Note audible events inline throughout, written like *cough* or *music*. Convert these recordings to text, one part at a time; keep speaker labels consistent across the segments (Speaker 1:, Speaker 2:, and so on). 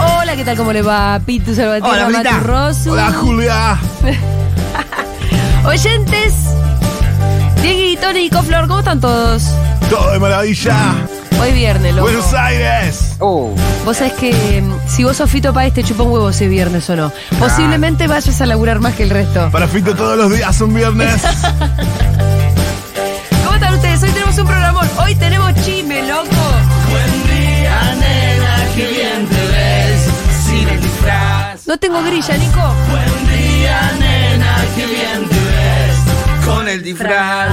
Speaker 1: Hola, ¿qué tal? ¿Cómo le va? Pitu Salvatierra,
Speaker 2: Brita.
Speaker 1: Matu Rosu.
Speaker 2: Hola, Julia.
Speaker 1: Oyentes, Diego, Tony y Coflor, ¿cómo están todos?
Speaker 2: Todo de maravilla.
Speaker 1: Hoy viernes, loco.
Speaker 2: Buenos Aires.
Speaker 1: Uh.
Speaker 3: Oh,
Speaker 1: Vos sabés que mm, si vos sos Fito Páez te chupa un huevo si es viernes o no. Posiblemente vayas a laburar más que el resto.
Speaker 2: Para Fito todos los días
Speaker 1: *laughs*
Speaker 2: un viernes.
Speaker 1: ¿Cómo están ustedes? Hoy tenemos un programón. Hoy tenemos chisme, loco. No tengo grilla, Nico.
Speaker 3: con el disfraz.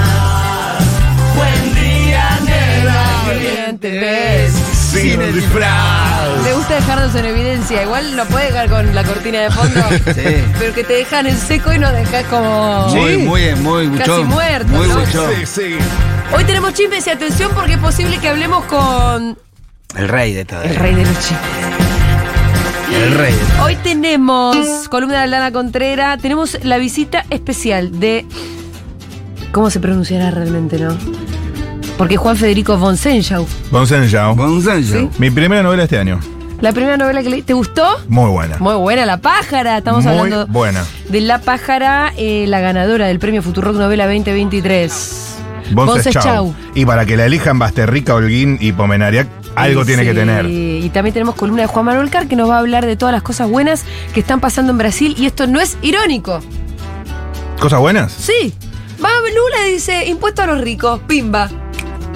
Speaker 2: Sin el disfraz.
Speaker 1: Me gusta dejarnos en evidencia. Igual no puede dejar con la cortina de fondo.
Speaker 3: *laughs* Sí.
Speaker 1: Pero que te dejan en seco y nos dejas como.
Speaker 3: Muy, muy, muy
Speaker 1: Casi
Speaker 3: buchón.
Speaker 1: muerto,
Speaker 3: Muy
Speaker 1: ¿no?
Speaker 3: buchón.
Speaker 2: Sí, sí.
Speaker 1: Hoy tenemos chismes y atención porque es posible que hablemos con.
Speaker 3: El rey de todo.
Speaker 1: El rey de los chismes.
Speaker 3: El rey.
Speaker 1: Hoy tenemos columna de Aldana Contrera. Tenemos la visita especial de. ¿Cómo se pronunciará realmente, no? Porque Juan Federico von Senschau.
Speaker 2: Bonsenjao.
Speaker 3: Gonzalo.
Speaker 2: Mi primera novela este año.
Speaker 1: La primera novela que leí. ¿Te gustó?
Speaker 2: Muy buena.
Speaker 1: Muy buena, La Pájara. Estamos
Speaker 2: Muy
Speaker 1: hablando
Speaker 2: buena.
Speaker 1: de La Pájara, eh, la ganadora del premio Futurock Novela 2023.
Speaker 2: Bonses Chau. Y para que la elijan Basterrica, Holguín y Pomenariac, algo
Speaker 1: Y
Speaker 2: tiene
Speaker 1: sí,
Speaker 2: que tener.
Speaker 1: Y también tenemos columna de Juan Manuel Car que nos va a hablar de todas las cosas buenas que están pasando en Brasil. Y esto no es irónico.
Speaker 2: ¿Cosas buenas?
Speaker 1: Sí. Va Lula y dice, impuesto a los ricos, pimba.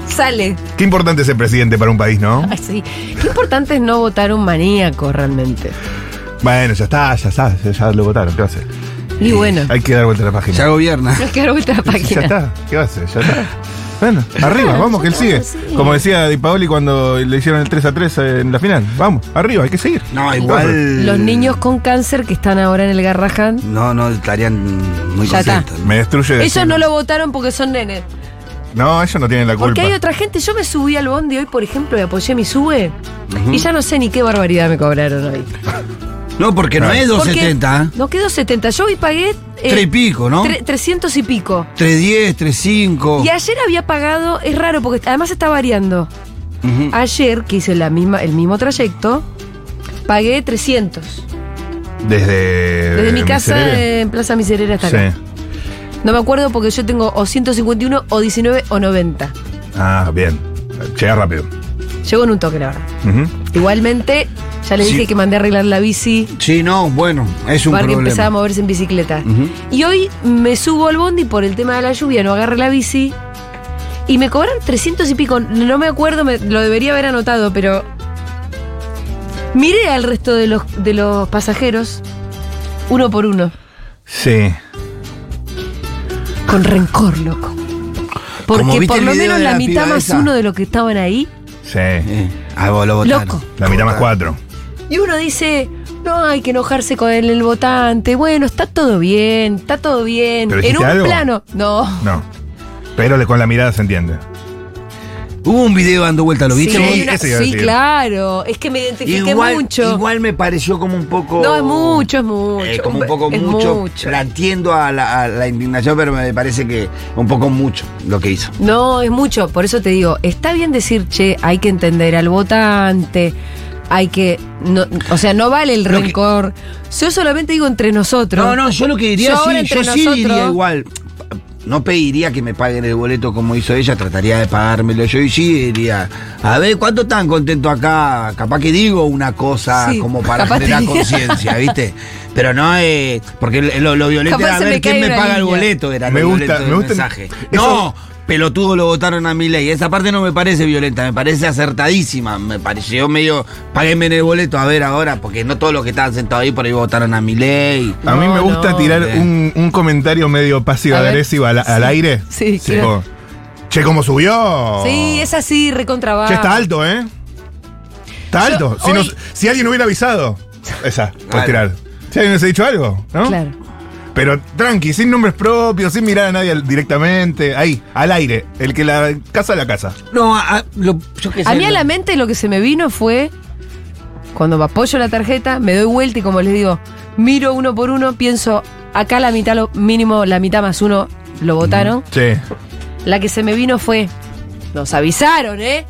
Speaker 1: Sale.
Speaker 2: Qué importante es el presidente para un país, ¿no?
Speaker 1: Ay, sí. Qué importante es no votar un maníaco realmente.
Speaker 2: Bueno, ya está, ya está, ya, ya lo votaron, ¿qué va a hacer?
Speaker 1: Y bueno,
Speaker 2: Hay que dar vuelta a la página.
Speaker 3: Ya gobierna.
Speaker 1: nos quedaron vuelta la
Speaker 2: Ya
Speaker 1: página.
Speaker 2: está, ¿qué va a hacer? Ya está.
Speaker 1: *laughs*
Speaker 2: Bueno, arriba, vamos, que él sigue. Como decía Di Paoli cuando le hicieron el 3 a 3 en la final. Vamos, arriba, hay que seguir.
Speaker 3: No, igual.
Speaker 1: Los niños con cáncer que están ahora en el Garrahan,
Speaker 3: No, no estarían muy
Speaker 1: Ya está.
Speaker 3: contentos.
Speaker 2: Me destruye.
Speaker 1: ellos
Speaker 2: decirlo.
Speaker 1: no lo votaron porque son nenes.
Speaker 2: No, ellos no tienen la
Speaker 1: Porque
Speaker 2: culpa.
Speaker 1: hay otra gente, yo me subí al bondi hoy, por ejemplo, y apoyé mi sube. Y ya no sé ni qué barbaridad me cobraron hoy.
Speaker 3: No, porque no es 270.
Speaker 1: Porque- No quedó 70. Yo hoy pagué. eh,
Speaker 3: ¿eh? Tres y pico, ¿no? Oh.
Speaker 1: tre- 300 y pico.
Speaker 3: 310, 35.
Speaker 1: Y ayer había pagado, es raro porque además está variando.
Speaker 3: Ujú.
Speaker 1: Ayer, que hice la misma, el mismo trayecto, pagué 300.
Speaker 3: Eh,
Speaker 2: Desde.
Speaker 1: Desde mi casa
Speaker 2: Miserere.
Speaker 1: en Plaza Miserera hasta acá.
Speaker 2: Sí.
Speaker 1: No me acuerdo porque yo tengo o 151 o 19 o 90.
Speaker 2: Ah, bien. Llega rápido.
Speaker 1: Llegó en un toque, la verdad.
Speaker 2: Ujú.
Speaker 1: Igualmente, ya le
Speaker 3: Sí.
Speaker 1: dije que mandé a arreglar la bici
Speaker 3: Sí, no, bueno, es un
Speaker 1: para que empezaba a
Speaker 3: problema.
Speaker 1: moverse en bicicleta.
Speaker 3: Ujú.
Speaker 1: Y hoy me subo al bondi por el tema de la lluvia, no agarré la bici. Y me cobran 300 y pico. No me acuerdo, me- lo debería haber anotado, pero. Miré al resto de los, de los pasajeros, uno por uno,
Speaker 2: Sí.
Speaker 1: con rencor, loco.
Speaker 3: Como
Speaker 1: Porque
Speaker 3: viste
Speaker 1: por
Speaker 3: el
Speaker 1: lo
Speaker 3: video
Speaker 1: menos
Speaker 3: de
Speaker 1: la,
Speaker 3: la
Speaker 1: mitad
Speaker 3: piba
Speaker 1: más
Speaker 3: esa.
Speaker 1: uno de los que estaban ahí.
Speaker 2: Sí.
Speaker 3: Eh, ah, vos lo votaron.
Speaker 1: Loco.
Speaker 2: La mitad más cuatro.
Speaker 1: Y uno dice, no hay que enojarse con el, el votante. Bueno, está todo bien, está todo bien.
Speaker 2: ¿Pero
Speaker 1: en
Speaker 2: dijiste
Speaker 1: un
Speaker 2: algo?
Speaker 1: plano. No.
Speaker 2: No. Pero le- con la mirada se entiende.
Speaker 3: Hubo un video dando vuelta, ¿lo viste?
Speaker 1: Sí,
Speaker 3: vos?
Speaker 1: hay una-
Speaker 2: Eso iba a
Speaker 1: sí,
Speaker 2: decir.
Speaker 1: claro. Es que me identifiqué mucho.
Speaker 3: Igual me pareció como un poco.
Speaker 1: No, es mucho, es mucho.
Speaker 3: Eh, como un poco
Speaker 1: Es
Speaker 3: mucho.
Speaker 1: mucho.
Speaker 3: La entiendo a la, a la indignación, pero me parece que un poco mucho lo que hizo.
Speaker 1: No, es mucho. Por eso te digo, está bien decir, che, hay que entender al votante. Hay que. no- o sea, no vale el
Speaker 3: Lo que-
Speaker 1: rencor. Yo solamente digo entre nosotros.
Speaker 3: No, no, yo lo que diría
Speaker 1: Yo ahora
Speaker 3: sí, yo
Speaker 1: entre
Speaker 3: sí diría
Speaker 1: nosotros-
Speaker 3: igual. No pediría que me paguen el boleto como hizo ella, trataría de pagármelo yo y sí diría, a ver, ¿cuánto están contentos acá? Capaz que digo una cosa
Speaker 1: Sí,
Speaker 3: como para
Speaker 1: capaz te
Speaker 3: generar
Speaker 1: digo.
Speaker 3: conciencia, ¿viste? Pero no es, porque lo, lo violento
Speaker 1: Capaz
Speaker 3: era
Speaker 1: se
Speaker 3: ver
Speaker 1: me
Speaker 3: quién
Speaker 1: cae
Speaker 3: me
Speaker 1: una
Speaker 3: paga el
Speaker 1: línea.
Speaker 3: boleto, era
Speaker 2: Me
Speaker 3: lo
Speaker 2: gusta-
Speaker 3: violento
Speaker 2: me
Speaker 3: del
Speaker 2: gusta-
Speaker 3: mensaje.
Speaker 2: eso-
Speaker 3: No, pelotudo lo votaron a mi ley, esa parte no me parece violenta, me parece acertadísima, me pareció medio, páguenme en el boleto, a ver ahora, porque no todos los que estaban sentados ahí por ahí votaron a mi ley.
Speaker 2: A mí
Speaker 1: No,
Speaker 2: me gusta
Speaker 1: no.
Speaker 2: tirar un, un comentario medio
Speaker 1: A ver.
Speaker 2: pasivo-agresivo al, al
Speaker 1: Sí.
Speaker 2: aire.
Speaker 1: Sí,
Speaker 2: Tipo,
Speaker 1: claro.
Speaker 2: Che, ¿cómo subió?
Speaker 1: Sí, es así, recontrabajo.
Speaker 2: Che, está alto, ¿eh? Está
Speaker 1: Yo
Speaker 2: alto. Si,
Speaker 1: hoy-
Speaker 2: nos- si alguien hubiera avisado. Esa, puedes
Speaker 3: Claro.
Speaker 2: tirar. Si alguien hubiese dicho algo, ¿no?
Speaker 1: Claro.
Speaker 2: Pero tranqui, sin nombres propios, sin mirar a nadie al- directamente. Ahí, al aire. El que la casa, la casa.
Speaker 3: No, a, a- lo- yo qué sé.
Speaker 1: A mí a
Speaker 3: lo-
Speaker 1: la mente lo que se me vino fue cuando me apoyo la tarjeta, me doy vuelta y como les digo, miro uno por uno, pienso, acá la mitad, lo mínimo la mitad más uno lo votaron.
Speaker 2: Sí,
Speaker 1: La que se me vino fue, nos avisaron, ¿eh?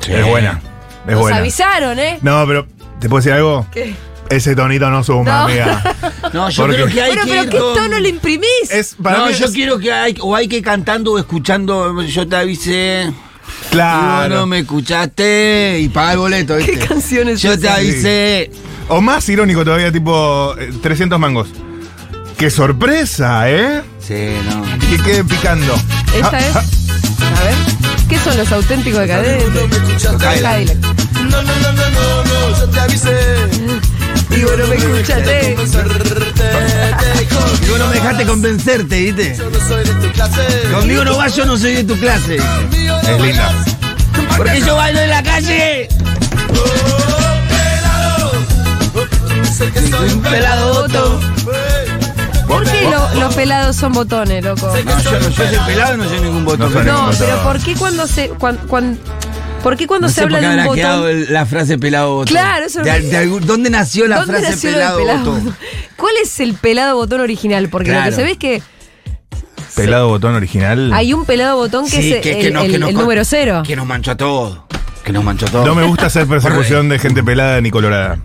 Speaker 3: Sí.
Speaker 2: es buena. Es
Speaker 1: nos
Speaker 2: buena.
Speaker 1: avisaron, ¿eh?
Speaker 2: No, pero ¿Te puedo decir algo?
Speaker 1: ¿Qué?
Speaker 2: Ese tonito no
Speaker 1: No.
Speaker 2: suma,
Speaker 1: *laughs*
Speaker 2: amiga.
Speaker 3: No, yo
Speaker 2: Porque-
Speaker 3: creo que hay
Speaker 1: bueno,
Speaker 3: que
Speaker 1: pero
Speaker 3: ir
Speaker 1: ¿qué
Speaker 3: con-
Speaker 1: tono le imprimís?
Speaker 2: Es para
Speaker 3: no,
Speaker 2: mí
Speaker 3: yo
Speaker 2: es-
Speaker 3: quiero que hay, o hay que ir cantando o escuchando, yo te avisé, y vos
Speaker 2: Claro.
Speaker 3: no me escuchaste y pagá el boleto, ¿viste?
Speaker 1: ¿Qué canciones
Speaker 3: Yo
Speaker 1: son
Speaker 3: te
Speaker 1: esas?
Speaker 3: avisé.
Speaker 2: O más irónico todavía, tipo eh, 300 mangos. ¡Qué sorpresa, eh!
Speaker 3: Sí, no.
Speaker 2: Que quede picando.
Speaker 1: Esta
Speaker 2: Ah,
Speaker 1: es.
Speaker 2: ah,
Speaker 1: A ver. ¿Qué son los auténticos decadentes? Cadillac.
Speaker 4: No, no, no, no, no, no, yo te avisé.
Speaker 1: Digo, no me escuchaste.
Speaker 3: Digo, no me dejaste convencerte, ¿viste?
Speaker 4: Yo no soy de tu clase.
Speaker 3: Conmigo no vas, yo no soy de tu clase.
Speaker 4: Conmigo no
Speaker 2: Es linda.
Speaker 4: bailas.
Speaker 3: Porque yo bailo en la calle.
Speaker 4: Oh, pelado. Oh, sé que soy un
Speaker 3: pelado
Speaker 4: pelado.
Speaker 1: ¿Por qué lo- los pelados son botones, loco?
Speaker 3: No, yo no soy el pelado, no soy ningún botón.
Speaker 2: No soy
Speaker 1: No,
Speaker 2: ningún botón.
Speaker 1: pero ¿por qué cuando se. cuan- cuan- ¿Por qué cuando
Speaker 3: No
Speaker 1: se
Speaker 3: sé por
Speaker 1: habla
Speaker 3: qué
Speaker 1: de un
Speaker 3: habrá quedado
Speaker 1: botón?
Speaker 3: el- la frase pelado botón.
Speaker 1: Claro, eso-
Speaker 3: De al- de algún- ¿Dónde nació la
Speaker 1: ¿Dónde
Speaker 3: frase
Speaker 1: nació lo del
Speaker 3: pelado,
Speaker 1: pelado
Speaker 3: botón?
Speaker 1: botón? ¿Cuál es el pelado botón original? Porque lo
Speaker 3: Claro.
Speaker 1: que se ve es que
Speaker 2: Pelado botón original.
Speaker 1: hay un pelado botón que es el,
Speaker 3: no-
Speaker 1: el-
Speaker 3: nos
Speaker 1: el
Speaker 3: con-
Speaker 1: número cero.
Speaker 3: Que nos manchó a todos. Que nos manchó a todos.
Speaker 2: No me gusta hacer persecución de gente pelada ni colorada.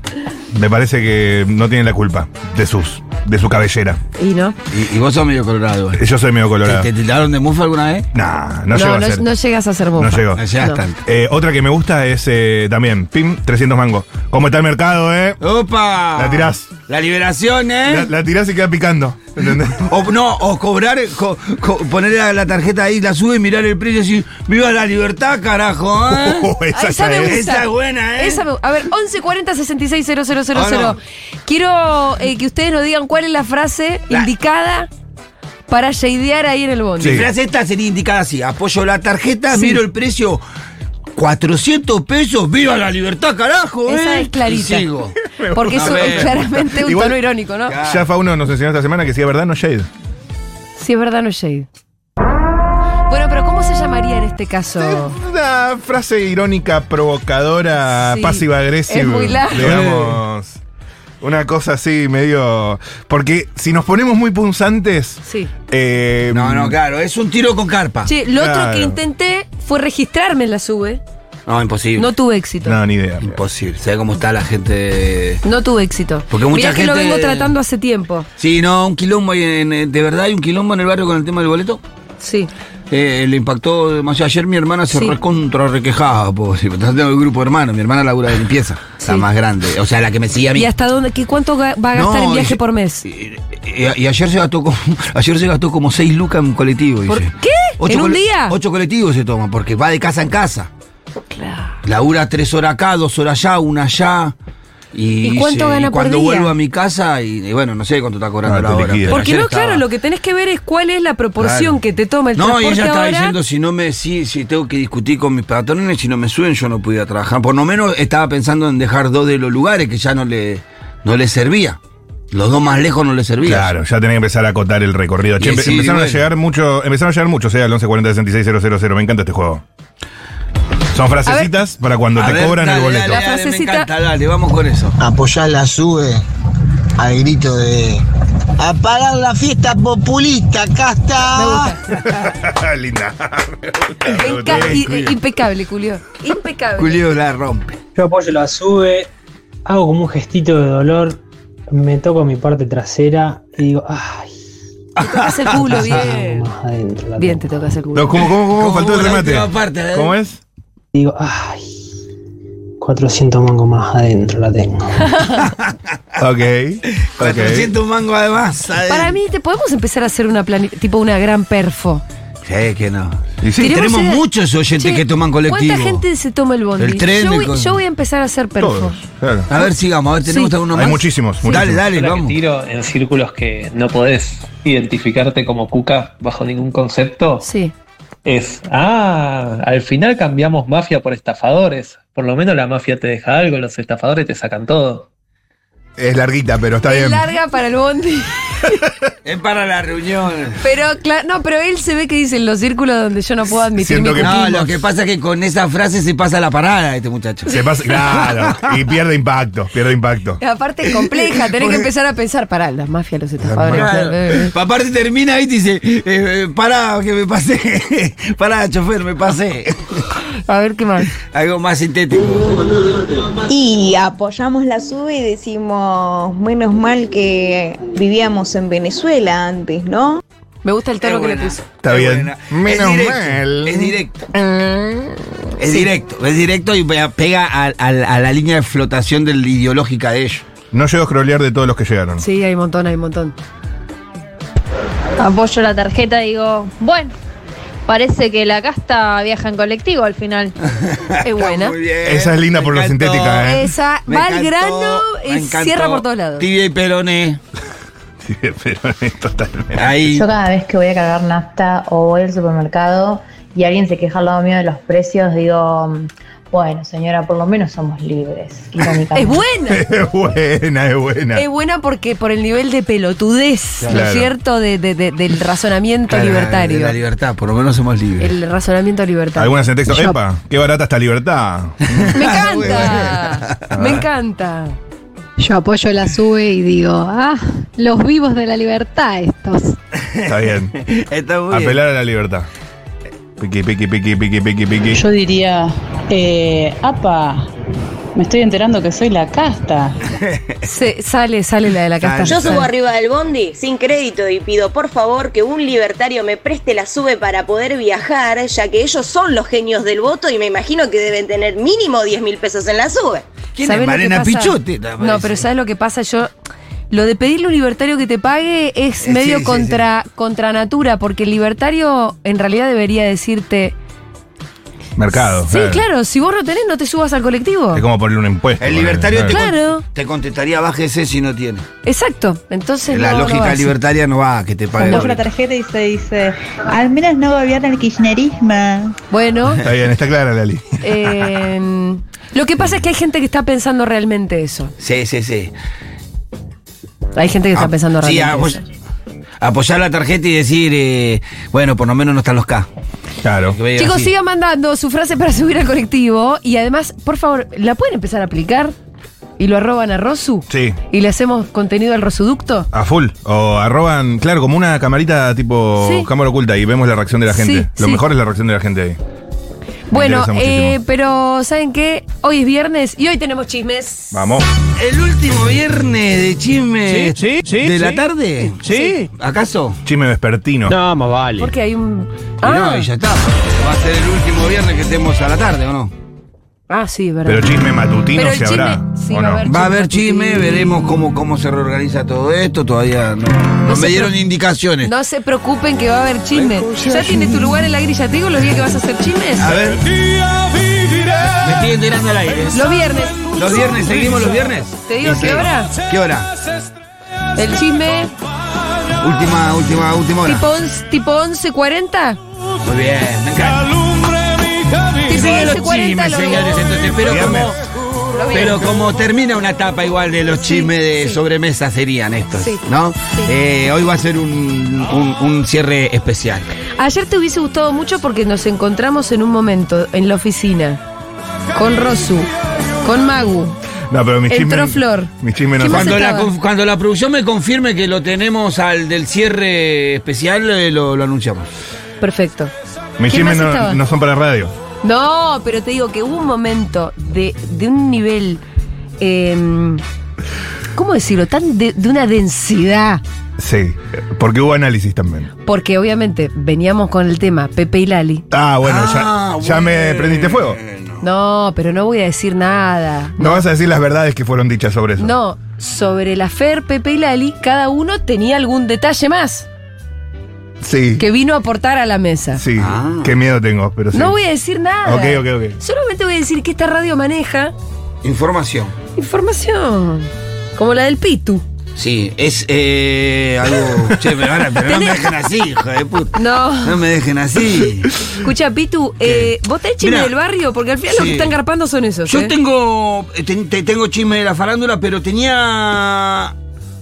Speaker 2: Me parece que no tienen la culpa de sus de su cabellera.
Speaker 1: Y no.
Speaker 3: Y, y vos sos medio colorado. igual.
Speaker 2: Yo soy medio colorado.
Speaker 3: ¿Te, te tiraron de mufa alguna vez?
Speaker 2: Nah, no,
Speaker 1: No,
Speaker 2: llego
Speaker 1: no,
Speaker 2: a ser.
Speaker 1: no llegas a ser
Speaker 2: No
Speaker 1: mofa.
Speaker 2: llego.
Speaker 3: No llegas
Speaker 1: No.
Speaker 3: tanto.
Speaker 2: Eh, otra que me gusta es eh, también, pim, 300 mangos. ¿Cómo está el mercado, eh?
Speaker 3: ¡Opa!
Speaker 2: La tirás.
Speaker 3: La liberación, ¿eh?
Speaker 2: La, la tirás y queda picando. ¿entendés?
Speaker 3: O, no, o cobrar, co- co- poner la, la tarjeta ahí, la sube y mirar el precio y decir, ¡Viva la libertad, carajo! ¿eh?".
Speaker 2: *laughs* Oh, esa
Speaker 1: Ah. Ay, esa
Speaker 2: ya
Speaker 1: me
Speaker 2: es.
Speaker 1: gusta.
Speaker 3: Esa es buena, ¿eh?
Speaker 1: Esa me- a ver, 1140 66
Speaker 3: Ah,
Speaker 1: 000.
Speaker 3: no.
Speaker 1: Quiero eh, que ustedes nos digan cuál es la frase
Speaker 3: La-
Speaker 1: indicada para shadear ahí en el bondi.
Speaker 2: Sí.
Speaker 3: Mi frase esta sería indicada así: apoyo la tarjeta,
Speaker 1: Sí.
Speaker 3: miro el precio. 400 pesos, viva la libertad, carajo.
Speaker 1: Esa
Speaker 3: ¿eh?".
Speaker 1: es clarita.
Speaker 3: Y sigo.
Speaker 1: Porque
Speaker 3: gusta.
Speaker 1: eso
Speaker 3: A
Speaker 1: es
Speaker 3: ver.
Speaker 1: claramente un
Speaker 2: Igual-
Speaker 1: tono irónico, ¿no?
Speaker 3: Claro.
Speaker 2: Ya Fauno nos enseñó esta semana que si es verdad no shade.
Speaker 1: Si es verdad, no es shade. Bueno, pero ¿cómo se llamaría en este caso?
Speaker 2: Es una frase irónica, provocadora,
Speaker 1: Sí.
Speaker 2: pasiva agresiva.
Speaker 1: Es muy largo.
Speaker 2: Digamos. Una cosa así, medio. Porque si nos ponemos muy punzantes.
Speaker 1: Sí.
Speaker 2: eh,
Speaker 3: No, no, claro, es un tiro con carpa.
Speaker 1: Che, lo otro
Speaker 2: Claro.
Speaker 1: que intenté fue registrarme en la sube.
Speaker 3: No, imposible.
Speaker 1: No tuve éxito.
Speaker 2: No, ni idea.
Speaker 3: Imposible. ¿Sabes cómo está la gente?
Speaker 1: No tuve éxito.
Speaker 3: Porque mucha
Speaker 1: Mirá que lo
Speaker 3: gente-
Speaker 1: vengo tratando hace tiempo.
Speaker 3: Sí, no, un quilombo. ahí en- en- ¿De verdad hay un quilombo en el barrio con el tema del boleto?
Speaker 1: Sí.
Speaker 3: Eh, le impactó demasiado. Ayer mi hermana se
Speaker 1: Sí.
Speaker 3: recontra requejaba, pobre. Entonces tengo el grupo de hermanos. Mi hermana labura de limpieza. La
Speaker 1: Sí.
Speaker 3: más grande. O sea, la que me sigue a mí.
Speaker 1: ¿Y hasta dónde? qué- ¿Cuánto ga- va a gastar
Speaker 3: No,
Speaker 1: en viaje
Speaker 3: dice-
Speaker 1: por mes?
Speaker 3: Y, y- y ayer se gastó como, *laughs* ayer se gastó como seis lucas en un colectivo.
Speaker 1: ¿Por
Speaker 3: dice.
Speaker 1: qué? ¿En un
Speaker 3: cole-
Speaker 1: día?
Speaker 3: Ocho colectivos se toman, porque va de casa en casa.
Speaker 1: Claro.
Speaker 3: Labura tres horas acá, dos horas allá, una allá. Y,
Speaker 1: ¿Y cuánto
Speaker 3: dice,
Speaker 1: gana por
Speaker 3: cuando
Speaker 1: día?
Speaker 3: vuelvo a mi casa, y, y bueno, no sé cuánto está cobrando
Speaker 2: Ah,
Speaker 3: la
Speaker 2: te
Speaker 3: hora.
Speaker 2: liquida.
Speaker 3: pero
Speaker 1: Porque
Speaker 3: ayer
Speaker 1: no,
Speaker 3: estaba-
Speaker 1: claro, lo que tenés que ver es cuál es la proporción
Speaker 3: Claro.
Speaker 1: que te toma el
Speaker 3: No, y
Speaker 1: transporte
Speaker 3: ella estaba
Speaker 1: ahora.
Speaker 3: diciendo, si no me, si, si tengo que discutir con mis patrones, si no me suben, yo no podía trabajar. Por lo menos estaba pensando en dejar dos de los lugares que ya no le, no le servía. Los dos más lejos no le servían.
Speaker 2: Claro, ya tenés que empezar a acotar el recorrido. Che,
Speaker 3: Y
Speaker 2: empe-
Speaker 3: sí,
Speaker 2: empezaron a
Speaker 3: bueno.
Speaker 2: llegar mucho, empezaron a llegar mucho, o sea, al 1140 Me encanta este juego. Son frasecitas para cuando
Speaker 3: A
Speaker 2: te
Speaker 3: ver,
Speaker 2: cobran
Speaker 3: dale,
Speaker 2: el boleto.
Speaker 3: dale, dale,
Speaker 1: frasecita-
Speaker 3: Me encanta, dale, vamos con eso.
Speaker 5: apoyar la sube al grito de apagar la fiesta populista, acá está.
Speaker 1: Me gusta.
Speaker 2: *laughs* Linda.
Speaker 1: Me enca- y- y- impecable, Julio. Impecable.
Speaker 3: Julio la rompe.
Speaker 6: Yo apoyo la sube, hago como un gestito de dolor, me toco mi parte trasera y digo, ay,
Speaker 1: Te tocas el culo, Uh,
Speaker 6: algo
Speaker 3: *laughs*
Speaker 1: bien.
Speaker 6: más adentro. la
Speaker 1: Bien,
Speaker 6: tengo.
Speaker 1: te tocas el culo.
Speaker 2: No, ¿cómo, cómo, cómo?
Speaker 3: ¿Cómo
Speaker 2: Faltó el
Speaker 3: la
Speaker 2: remate.
Speaker 3: última parte, ¿eh? la de-
Speaker 2: ¿Cómo es?
Speaker 6: Digo, ay, 400 mangos más adentro la tengo.
Speaker 3: *laughs*
Speaker 2: Ok. ok.
Speaker 3: 400 mangos además. ¿sabes?
Speaker 1: Para mí, te podemos empezar a hacer una plani- tipo una gran perfo.
Speaker 3: Sí, que no.
Speaker 2: Y sí,
Speaker 1: Queremos
Speaker 3: tenemos
Speaker 1: ir a-
Speaker 3: muchos oyentes
Speaker 1: Che,
Speaker 3: que toman colectivo.
Speaker 1: ¿Cuánta gente se toma el bondi?
Speaker 3: El tren,
Speaker 1: yo,
Speaker 3: el
Speaker 1: voy,
Speaker 3: con-
Speaker 1: yo voy a empezar a hacer perfo.
Speaker 2: todos. Claro.
Speaker 3: A ver, sigamos, a ver, tenemos
Speaker 1: Sí.
Speaker 3: alguno
Speaker 2: Hay
Speaker 3: más.
Speaker 2: muchísimos,
Speaker 3: Dale,
Speaker 2: muchísimos.
Speaker 3: dale,
Speaker 7: Bola que
Speaker 3: vamos.
Speaker 7: tiro en círculos que no podés identificarte como cuca bajo ningún concepto
Speaker 1: Sí.
Speaker 7: es, ah, al final cambiamos mafia por estafadores. Por lo menos la mafia te deja algo, los estafadores te sacan todo.
Speaker 2: Es larguita, pero está
Speaker 1: Es
Speaker 2: bien.
Speaker 3: *laughs*
Speaker 1: larga para el bondi.
Speaker 3: Es para la reunión.
Speaker 1: Pero, cla- no, pero él se ve que dice en los círculos donde yo no puedo admitir
Speaker 2: Siento
Speaker 1: mi
Speaker 2: que-
Speaker 3: No,
Speaker 2: pumas.
Speaker 3: lo que pasa es que con esa frase se pasa la parada este muchacho.
Speaker 2: Se pasa, claro.
Speaker 1: *laughs*
Speaker 2: Y pierde impacto, pierde impacto.
Speaker 1: Aparte es compleja, tenés que empezar a pensar, pará, las mafias, los estafadores.
Speaker 3: Claro.
Speaker 1: eh, eh.
Speaker 3: Aparte termina ahí y te dice, eh, eh, pará, que me pasé. *laughs* Pará, chofer, me pasé. *laughs*
Speaker 1: A ver qué más.
Speaker 3: Algo más sintético.
Speaker 8: Y apoyamos la sube y decimos, menos mal que vivíamos en Venezuela antes, ¿no?
Speaker 1: Me gusta el tono
Speaker 3: Es
Speaker 1: que le
Speaker 3: buena,
Speaker 1: puso.
Speaker 2: Está
Speaker 3: es
Speaker 2: bien.
Speaker 3: buena.
Speaker 2: Menos
Speaker 3: es directo,
Speaker 2: mal. Mm.
Speaker 3: Es directo. Es directo. Es directo y pega- pega a, a- a la línea de flotación del ideológica de ellos.
Speaker 9: No llego a scrollear de todos los que llegaron.
Speaker 1: Sí, hay un montón, hay un montón.
Speaker 10: Apoyo la tarjeta y digo, bueno, parece que la casta viaja en colectivo al final.
Speaker 1: Es buena.
Speaker 3: Muy bien.
Speaker 2: Esa es linda por
Speaker 3: Me
Speaker 2: lo
Speaker 3: encantó.
Speaker 2: sintética, ¿eh?
Speaker 1: Esa
Speaker 3: Me
Speaker 1: va al
Speaker 3: encantó,
Speaker 1: grano
Speaker 3: me
Speaker 1: y
Speaker 3: encantó.
Speaker 1: cierra por todos lados.
Speaker 3: Tibia y peroné.
Speaker 2: Sí, *laughs* pero totalmente.
Speaker 3: Ahí.
Speaker 10: Yo cada vez que voy a cargar nafta o voy al supermercado y alguien se queja al lado mío de los precios, digo, bueno, señora, por lo menos somos libres.
Speaker 1: Es buena.
Speaker 3: *laughs*
Speaker 2: Es buena, es buena.
Speaker 1: Es buena porque por el nivel de pelotudez, ¿no es
Speaker 2: Claro.
Speaker 1: cierto? De- de- de- del razonamiento
Speaker 3: Claro, de
Speaker 1: libertario.
Speaker 3: La libertad, por lo menos somos libres.
Speaker 1: El razonamiento libertario.
Speaker 2: Algunas en texto.
Speaker 1: Yo-
Speaker 2: Epa, qué barata esta libertad. *laughs*
Speaker 3: *laughs*
Speaker 1: Me encanta. me encanta.
Speaker 10: Yo apoyo la sube y digo, ah, los vivos de la libertad estos.
Speaker 2: Está bien.
Speaker 1: *laughs*
Speaker 3: Está muy bien.
Speaker 2: Apelar a la libertad. Piqui, piqui, piqui, piqui, piqui, piqui.
Speaker 10: Yo diría, eh, apa, me estoy enterando que soy la casta.
Speaker 1: Se- sale, sale la de la casta.
Speaker 8: Yo
Speaker 3: Sale.
Speaker 8: subo arriba del bondi sin crédito y pido por favor que un libertario me preste la sube para poder viajar, ya que ellos son los genios del voto y me imagino que deben tener mínimo 10 mil pesos en la sube.
Speaker 3: ¿Quién
Speaker 1: ¿Sabés
Speaker 3: es
Speaker 1: lo que
Speaker 3: Malena
Speaker 1: pasa?
Speaker 3: Pichote?
Speaker 1: No, pero ¿sabes lo que pasa? Yo. Lo de pedirle a un libertario que te pague es
Speaker 3: Eh,
Speaker 1: medio
Speaker 3: sí, sí,
Speaker 1: contra, contra natura, porque el libertario en realidad debería decirte.
Speaker 2: Mercado.
Speaker 1: Sí, claro, si vos no tenés, no te subas al colectivo.
Speaker 2: Es como ponerle un impuesto.
Speaker 3: El
Speaker 2: ponele,
Speaker 3: libertario te,
Speaker 2: claro.
Speaker 3: con-
Speaker 1: Claro.
Speaker 3: te contestaría, bájese si no tiene.
Speaker 1: Exacto. Entonces.
Speaker 3: la
Speaker 1: no- no
Speaker 3: lógica
Speaker 1: va así.
Speaker 3: libertaria no va a que te pague.
Speaker 10: Apoyo la tarjeta y se dice, al menos no gobierna el kirchnerismo.
Speaker 1: Bueno.
Speaker 2: Está bien, está clara la línea.
Speaker 1: eh, lo que pasa es que hay gente que está pensando realmente eso.
Speaker 3: Sí, sí, sí.
Speaker 1: Hay gente que está
Speaker 3: Ah,
Speaker 1: pensando
Speaker 3: sí,
Speaker 1: realmente
Speaker 3: apoy-
Speaker 1: eso.
Speaker 3: Apoyar la tarjeta y decir, eh, bueno, por lo menos no están los K.
Speaker 2: Claro.
Speaker 3: Que veo
Speaker 1: Chicos,
Speaker 3: eh, así.
Speaker 1: sigan mandando su frase para subir al colectivo. Y además, por favor, ¿la pueden empezar a aplicar? Y lo arroban a Rosu.
Speaker 2: Sí.
Speaker 1: Y le hacemos contenido al Rosuducto.
Speaker 2: A full. O arroban, claro, como una camarita tipo
Speaker 1: Sí.
Speaker 2: cámara oculta y vemos la reacción de la
Speaker 1: Sí,
Speaker 2: gente. Lo
Speaker 1: sí.
Speaker 2: mejor es la reacción de la gente ahí. Me
Speaker 1: Bueno,
Speaker 2: interesa
Speaker 1: eh,
Speaker 2: muchísimo.
Speaker 1: pero ¿saben qué? Hoy es viernes y hoy tenemos chismes.
Speaker 2: Vamos.
Speaker 3: El último viernes de chisme
Speaker 9: Sí, sí, sí,
Speaker 3: de la
Speaker 9: sí.
Speaker 3: tarde.
Speaker 9: Sí.
Speaker 3: ¿Acaso?
Speaker 2: Chisme vespertino.
Speaker 6: No, más vale.
Speaker 1: Porque hay un.
Speaker 3: Y
Speaker 1: Ah,
Speaker 3: no, y ya está. Va a ser el último viernes que estemos a la tarde, ¿o no?
Speaker 1: ah, sí, es verdad.
Speaker 2: Pero chisme matutino
Speaker 1: Pero el
Speaker 2: se habrá.
Speaker 1: chisme- sí,
Speaker 2: ¿o
Speaker 1: va a
Speaker 2: no?
Speaker 1: haber.
Speaker 3: Va a haber chisme, veremos cómo, cómo se reorganiza todo esto. Todavía no, no
Speaker 1: No se
Speaker 3: me dieron
Speaker 1: pre-
Speaker 3: indicaciones.
Speaker 1: No se preocupen que va a haber chismes. ¿Ya tienes tu lugar en la grilla? ¿Te digo los días que vas a hacer chismes?
Speaker 3: A ver,
Speaker 11: Día viviré
Speaker 3: me estoy enterando al aire.
Speaker 1: Los viernes.
Speaker 3: Los viernes, seguimos los viernes.
Speaker 1: Te digo qué hora.
Speaker 3: ¿Qué hora?
Speaker 1: El chisme
Speaker 3: Última, última, última hora.
Speaker 1: tipo, once- tipo 11.40.
Speaker 3: Muy bien, me
Speaker 11: que
Speaker 3: encanta.
Speaker 11: alumbre mi camino.
Speaker 1: Tipo
Speaker 3: Siguen los
Speaker 1: 11:40
Speaker 3: chismes,
Speaker 1: lo
Speaker 3: señores,
Speaker 1: veo.
Speaker 3: entonces, pero
Speaker 2: Viernes.
Speaker 3: como,
Speaker 1: Los viernes.
Speaker 3: pero como termina una etapa igual de los chismes de
Speaker 1: sí.
Speaker 3: sobremesa serían estos,
Speaker 1: Sí,
Speaker 3: ¿no?
Speaker 1: sí.
Speaker 3: Eh, hoy va a ser un, un- un cierre especial.
Speaker 1: Ayer te hubiese gustado mucho porque nos encontramos en un momento en la oficina con Rosu, con Magu.
Speaker 2: No, pero mi chisme.
Speaker 1: Entró Flor.
Speaker 2: Mi chisme no
Speaker 1: ¿Qué más
Speaker 2: tanto.
Speaker 3: Cuando la,
Speaker 1: estaba?
Speaker 3: conf- cuando la producción me confirme que lo tenemos al del cierre especial, eh, lo, lo anunciamos.
Speaker 1: Perfecto.
Speaker 2: Mi
Speaker 1: ¿Qué
Speaker 2: chisme
Speaker 1: más estaba?
Speaker 2: no, no son para radio.
Speaker 1: No, pero te digo que hubo un momento de, de un nivel, em, ¿cómo decirlo? Tan de, de una densidad.
Speaker 2: Sí. Porque hubo análisis también.
Speaker 1: Porque obviamente veníamos con el tema Pepe y Lali.
Speaker 2: Ah, bueno,
Speaker 3: Ah,
Speaker 2: ya, ya me
Speaker 3: bueno.
Speaker 2: prendiste fuego.
Speaker 1: No, pero no voy a decir nada.
Speaker 2: No vas a decir las verdades que fueron dichas sobre eso.
Speaker 1: No, sobre la Fer, Pepe y Lali, cada uno tenía algún detalle más
Speaker 2: Sí.
Speaker 1: que vino a aportar a la mesa.
Speaker 2: Sí.
Speaker 3: Ah.
Speaker 2: Qué miedo tengo, pero sí.
Speaker 1: No voy a decir nada.
Speaker 2: Ok, ok, ok.
Speaker 1: Solamente voy a decir que esta radio maneja
Speaker 3: Información.
Speaker 1: información. Como la del Pitu.
Speaker 3: Sí, es eh, algo. che, me van a- pero no me dejen así, hijo de puta.
Speaker 1: No.
Speaker 3: *laughs* No me dejen así.
Speaker 1: Escucha, Pitu, eh, vos tenés chisme
Speaker 3: Mirá.
Speaker 1: del barrio, porque al final los
Speaker 3: Sí.
Speaker 1: que están garpando son esos.
Speaker 3: Yo
Speaker 1: ¿eh?
Speaker 3: tengo. eh, ten- te- tengo chisme de la farándula, pero tenía.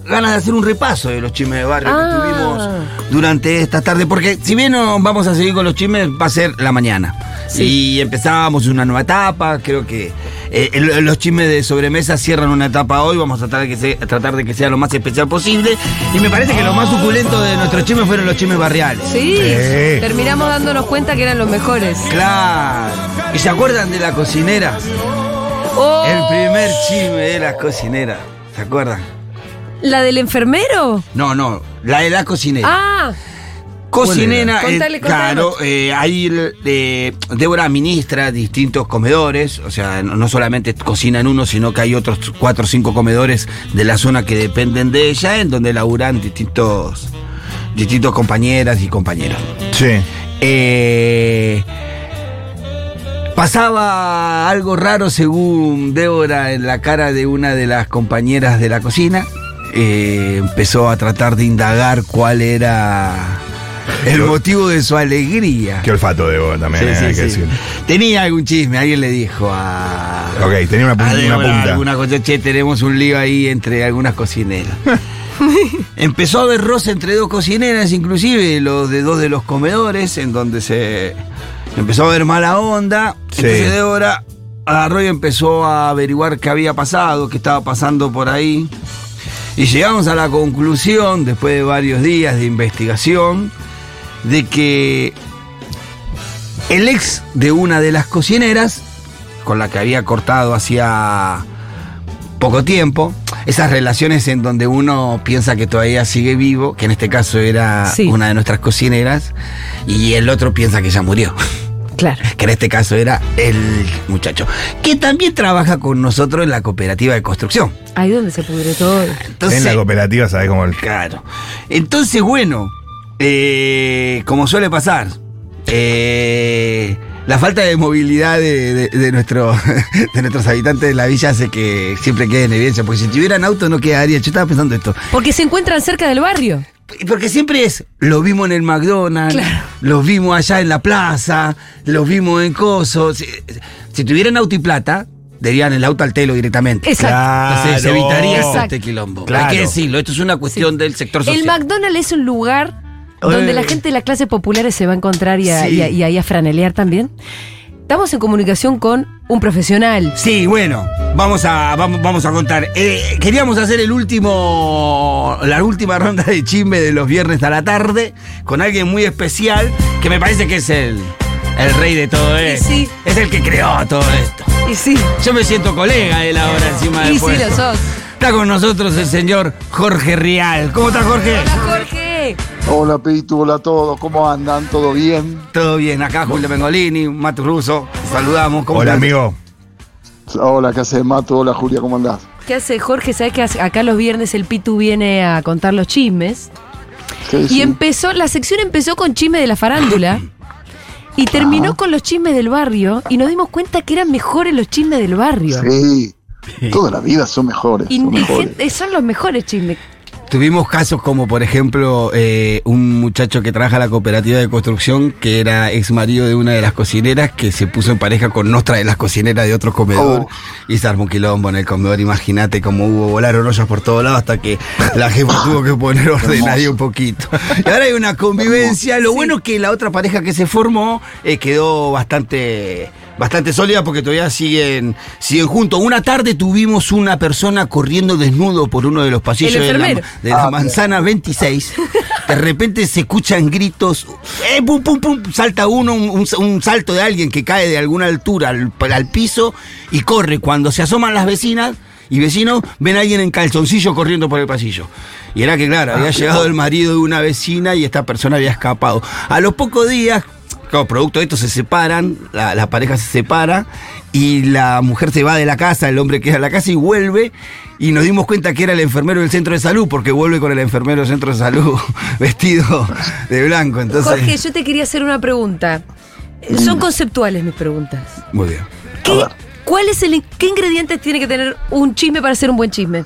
Speaker 3: ganas de hacer un repaso de los chismes de barrio que tuvimos
Speaker 1: Ah,
Speaker 3: durante esta tarde, porque si bien no vamos a seguir con los chismes, va a ser la mañana. Y empezamos una nueva etapa, creo que eh, el- los chismes de sobremesa cierran una etapa hoy, vamos a tratar, que se- a tratar de que sea lo más especial posible. Y me parece que lo más suculento de nuestros chismes fueron los chismes barriales.
Speaker 1: sí,
Speaker 3: Sí.
Speaker 1: terminamos dándonos cuenta que eran los mejores.
Speaker 3: Claro. ¿Y se acuerdan de la cocinera?
Speaker 1: Oh,
Speaker 3: El primer chisme de la cocinera, ¿se acuerdan?
Speaker 1: ¿La del enfermero?
Speaker 3: No, no, la de la cocinera.
Speaker 1: Ah, ¿Cuál era?
Speaker 3: Cocinera, eh,
Speaker 1: Contale, contanos.
Speaker 3: claro, eh, ahí eh, Débora administra distintos comedores, o sea, no, no solamente cocina en uno, sino que hay otros cuatro o cinco comedores de la zona que dependen de ella, en donde laburan distintos, distintos compañeras y compañeros.
Speaker 2: Sí.
Speaker 3: Eh, pasaba algo raro según Débora en la cara de una de las compañeras de la cocina. Eh, empezó a tratar de indagar cuál era el motivo de su alegría.
Speaker 12: Qué olfato de vos también,
Speaker 3: Sí,
Speaker 12: eh,
Speaker 3: sí,
Speaker 12: hay que
Speaker 3: sí.
Speaker 12: decir.
Speaker 3: Tenía algún chisme, alguien le dijo a...
Speaker 12: Ok, tenía una, pun-
Speaker 3: a
Speaker 12: una
Speaker 3: Débora
Speaker 12: punta.
Speaker 3: alguna cosa, che, tenemos un lío ahí entre algunas cocineras. Empezó a haber roce entre dos cocineras, inclusive los de dos de los comedores, en donde se empezó a ver mala onda.
Speaker 12: Sí.
Speaker 3: Entonces Débora agarró y empezó a averiguar qué había pasado, qué estaba pasando por ahí. Y llegamos a la conclusión, después de varios días de investigación, de que el ex de una de las cocineras, con la que había cortado hacía poco tiempo, esas relaciones en donde uno piensa que todavía sigue vivo, que en este caso era
Speaker 1: Sí.
Speaker 3: una de nuestras cocineras, y el otro piensa que ya murió, *laughs*
Speaker 1: claro.
Speaker 3: que en este caso era el muchacho, que también trabaja con nosotros en la cooperativa de construcción.
Speaker 1: Ahí donde se pudre todo.
Speaker 3: Entonces,
Speaker 12: en la cooperativa, ¿sabes cómo? el-
Speaker 3: Claro. Entonces, bueno, eh, como suele pasar, eh, la falta de movilidad de, de- de nuestro- *laughs* de nuestros habitantes de la villa hace que siempre quede en evidencia, porque si tuvieran auto no quedaría. Yo estaba pensando esto.
Speaker 1: Porque se encuentran cerca del barrio.
Speaker 3: Porque siempre es, lo vimos en el McDonald's,
Speaker 1: Claro.
Speaker 3: los vimos allá en la plaza, los vimos en Coso. Si, si tuvieran auto y plata, darían el auto al telo directamente.
Speaker 1: Exacto.
Speaker 3: Entonces se
Speaker 12: Claro.
Speaker 3: evitaría este
Speaker 1: Exacto.
Speaker 3: quilombo.
Speaker 12: Claro.
Speaker 3: Hay que decirlo, esto es una cuestión del sector social.
Speaker 1: El McDonald's es un lugar donde
Speaker 3: Eh.
Speaker 1: la gente de las clases populares se va a encontrar y, a-
Speaker 3: Sí.
Speaker 1: y a- y ahí a franelear también. Estamos en comunicación con un profesional.
Speaker 3: Sí, bueno, vamos a, vamos, vamos a contar. Eh, queríamos hacer el último, la última ronda de chisme de los viernes a la tarde con alguien muy especial que me parece que es el, el rey de todo esto.
Speaker 1: sí.
Speaker 3: Es el que creó todo esto.
Speaker 1: Y sí,
Speaker 3: Yo me siento colega de él ahora encima de
Speaker 1: y sí lo sos.
Speaker 3: Está con nosotros el señor Jorge Rial. ¿Cómo está Jorge?
Speaker 1: Hola Jorge.
Speaker 13: Hola Pitu, hola a todos, ¿cómo andan? ¿Todo bien?
Speaker 3: Todo bien, acá Julio Bengolini, Matu Russo, saludamos. ¿Cómo
Speaker 12: Hola,
Speaker 3: estás?
Speaker 12: amigo.
Speaker 13: Hola, ¿qué haces, Mato? Hola Julia, ¿cómo andás?
Speaker 1: ¿Qué hace Jorge? Sabes que hace- acá los viernes el Pitu viene a contar los chismes.
Speaker 13: ¿Qué
Speaker 1: Y
Speaker 13: decís?
Speaker 1: empezó, la sección empezó con chisme de la farándula. Y
Speaker 3: Ah.
Speaker 1: terminó con los chismes del barrio. Y nos dimos cuenta que eran mejores los chismes del barrio.
Speaker 13: Sí, toda la vida son mejores,
Speaker 1: Y
Speaker 13: son
Speaker 1: de
Speaker 13: mejores.
Speaker 1: gente- son los mejores chismes.
Speaker 3: Tuvimos casos como, por ejemplo, eh, un muchacho que trabaja en la cooperativa de construcción, que era ex marido de una de las cocineras, que se puso en pareja con otra de las cocineras de otro comedor.
Speaker 13: Oh.
Speaker 3: Y se armó un quilombo en el comedor. Imagínate cómo hubo, volaron ollas por todos lados hasta que la jefa tuvo que poner orden ahí un poquito. Y ahora hay una convivencia. Lo bueno es que la otra pareja que se formó eh, quedó bastante bastante sólida porque todavía siguen, siguen juntos. Una tarde tuvimos una persona corriendo desnudo por uno de los pasillos de la,
Speaker 1: enfermero.
Speaker 3: de la
Speaker 13: Ah,
Speaker 3: manzana 26. De repente se escuchan gritos. ¡eh, pum, pum, pum! Salta uno, un, un- un salto de alguien que cae de alguna altura al, al piso y corre. Cuando se asoman las vecinas y vecinos, ven a alguien en calzoncillo corriendo por el pasillo. Y era que, claro, había llegado el marido de una vecina y esta persona había escapado. A los pocos días, Claro, producto de esto se separan, la, la pareja se separa y la mujer se va de la casa, el hombre queda en la casa y vuelve. Y nos dimos cuenta que era el enfermero del centro de salud, porque vuelve con el enfermero del centro de salud *laughs* vestido de blanco. Entonces,
Speaker 1: Jorge, yo te quería hacer una pregunta. Eh,
Speaker 13: Mm.
Speaker 1: Son conceptuales mis preguntas.
Speaker 3: muy bien.
Speaker 1: ¿Qué, ¿cuál es el, in- ¿Qué ingredientes tiene que tener un chisme para ser un buen chisme?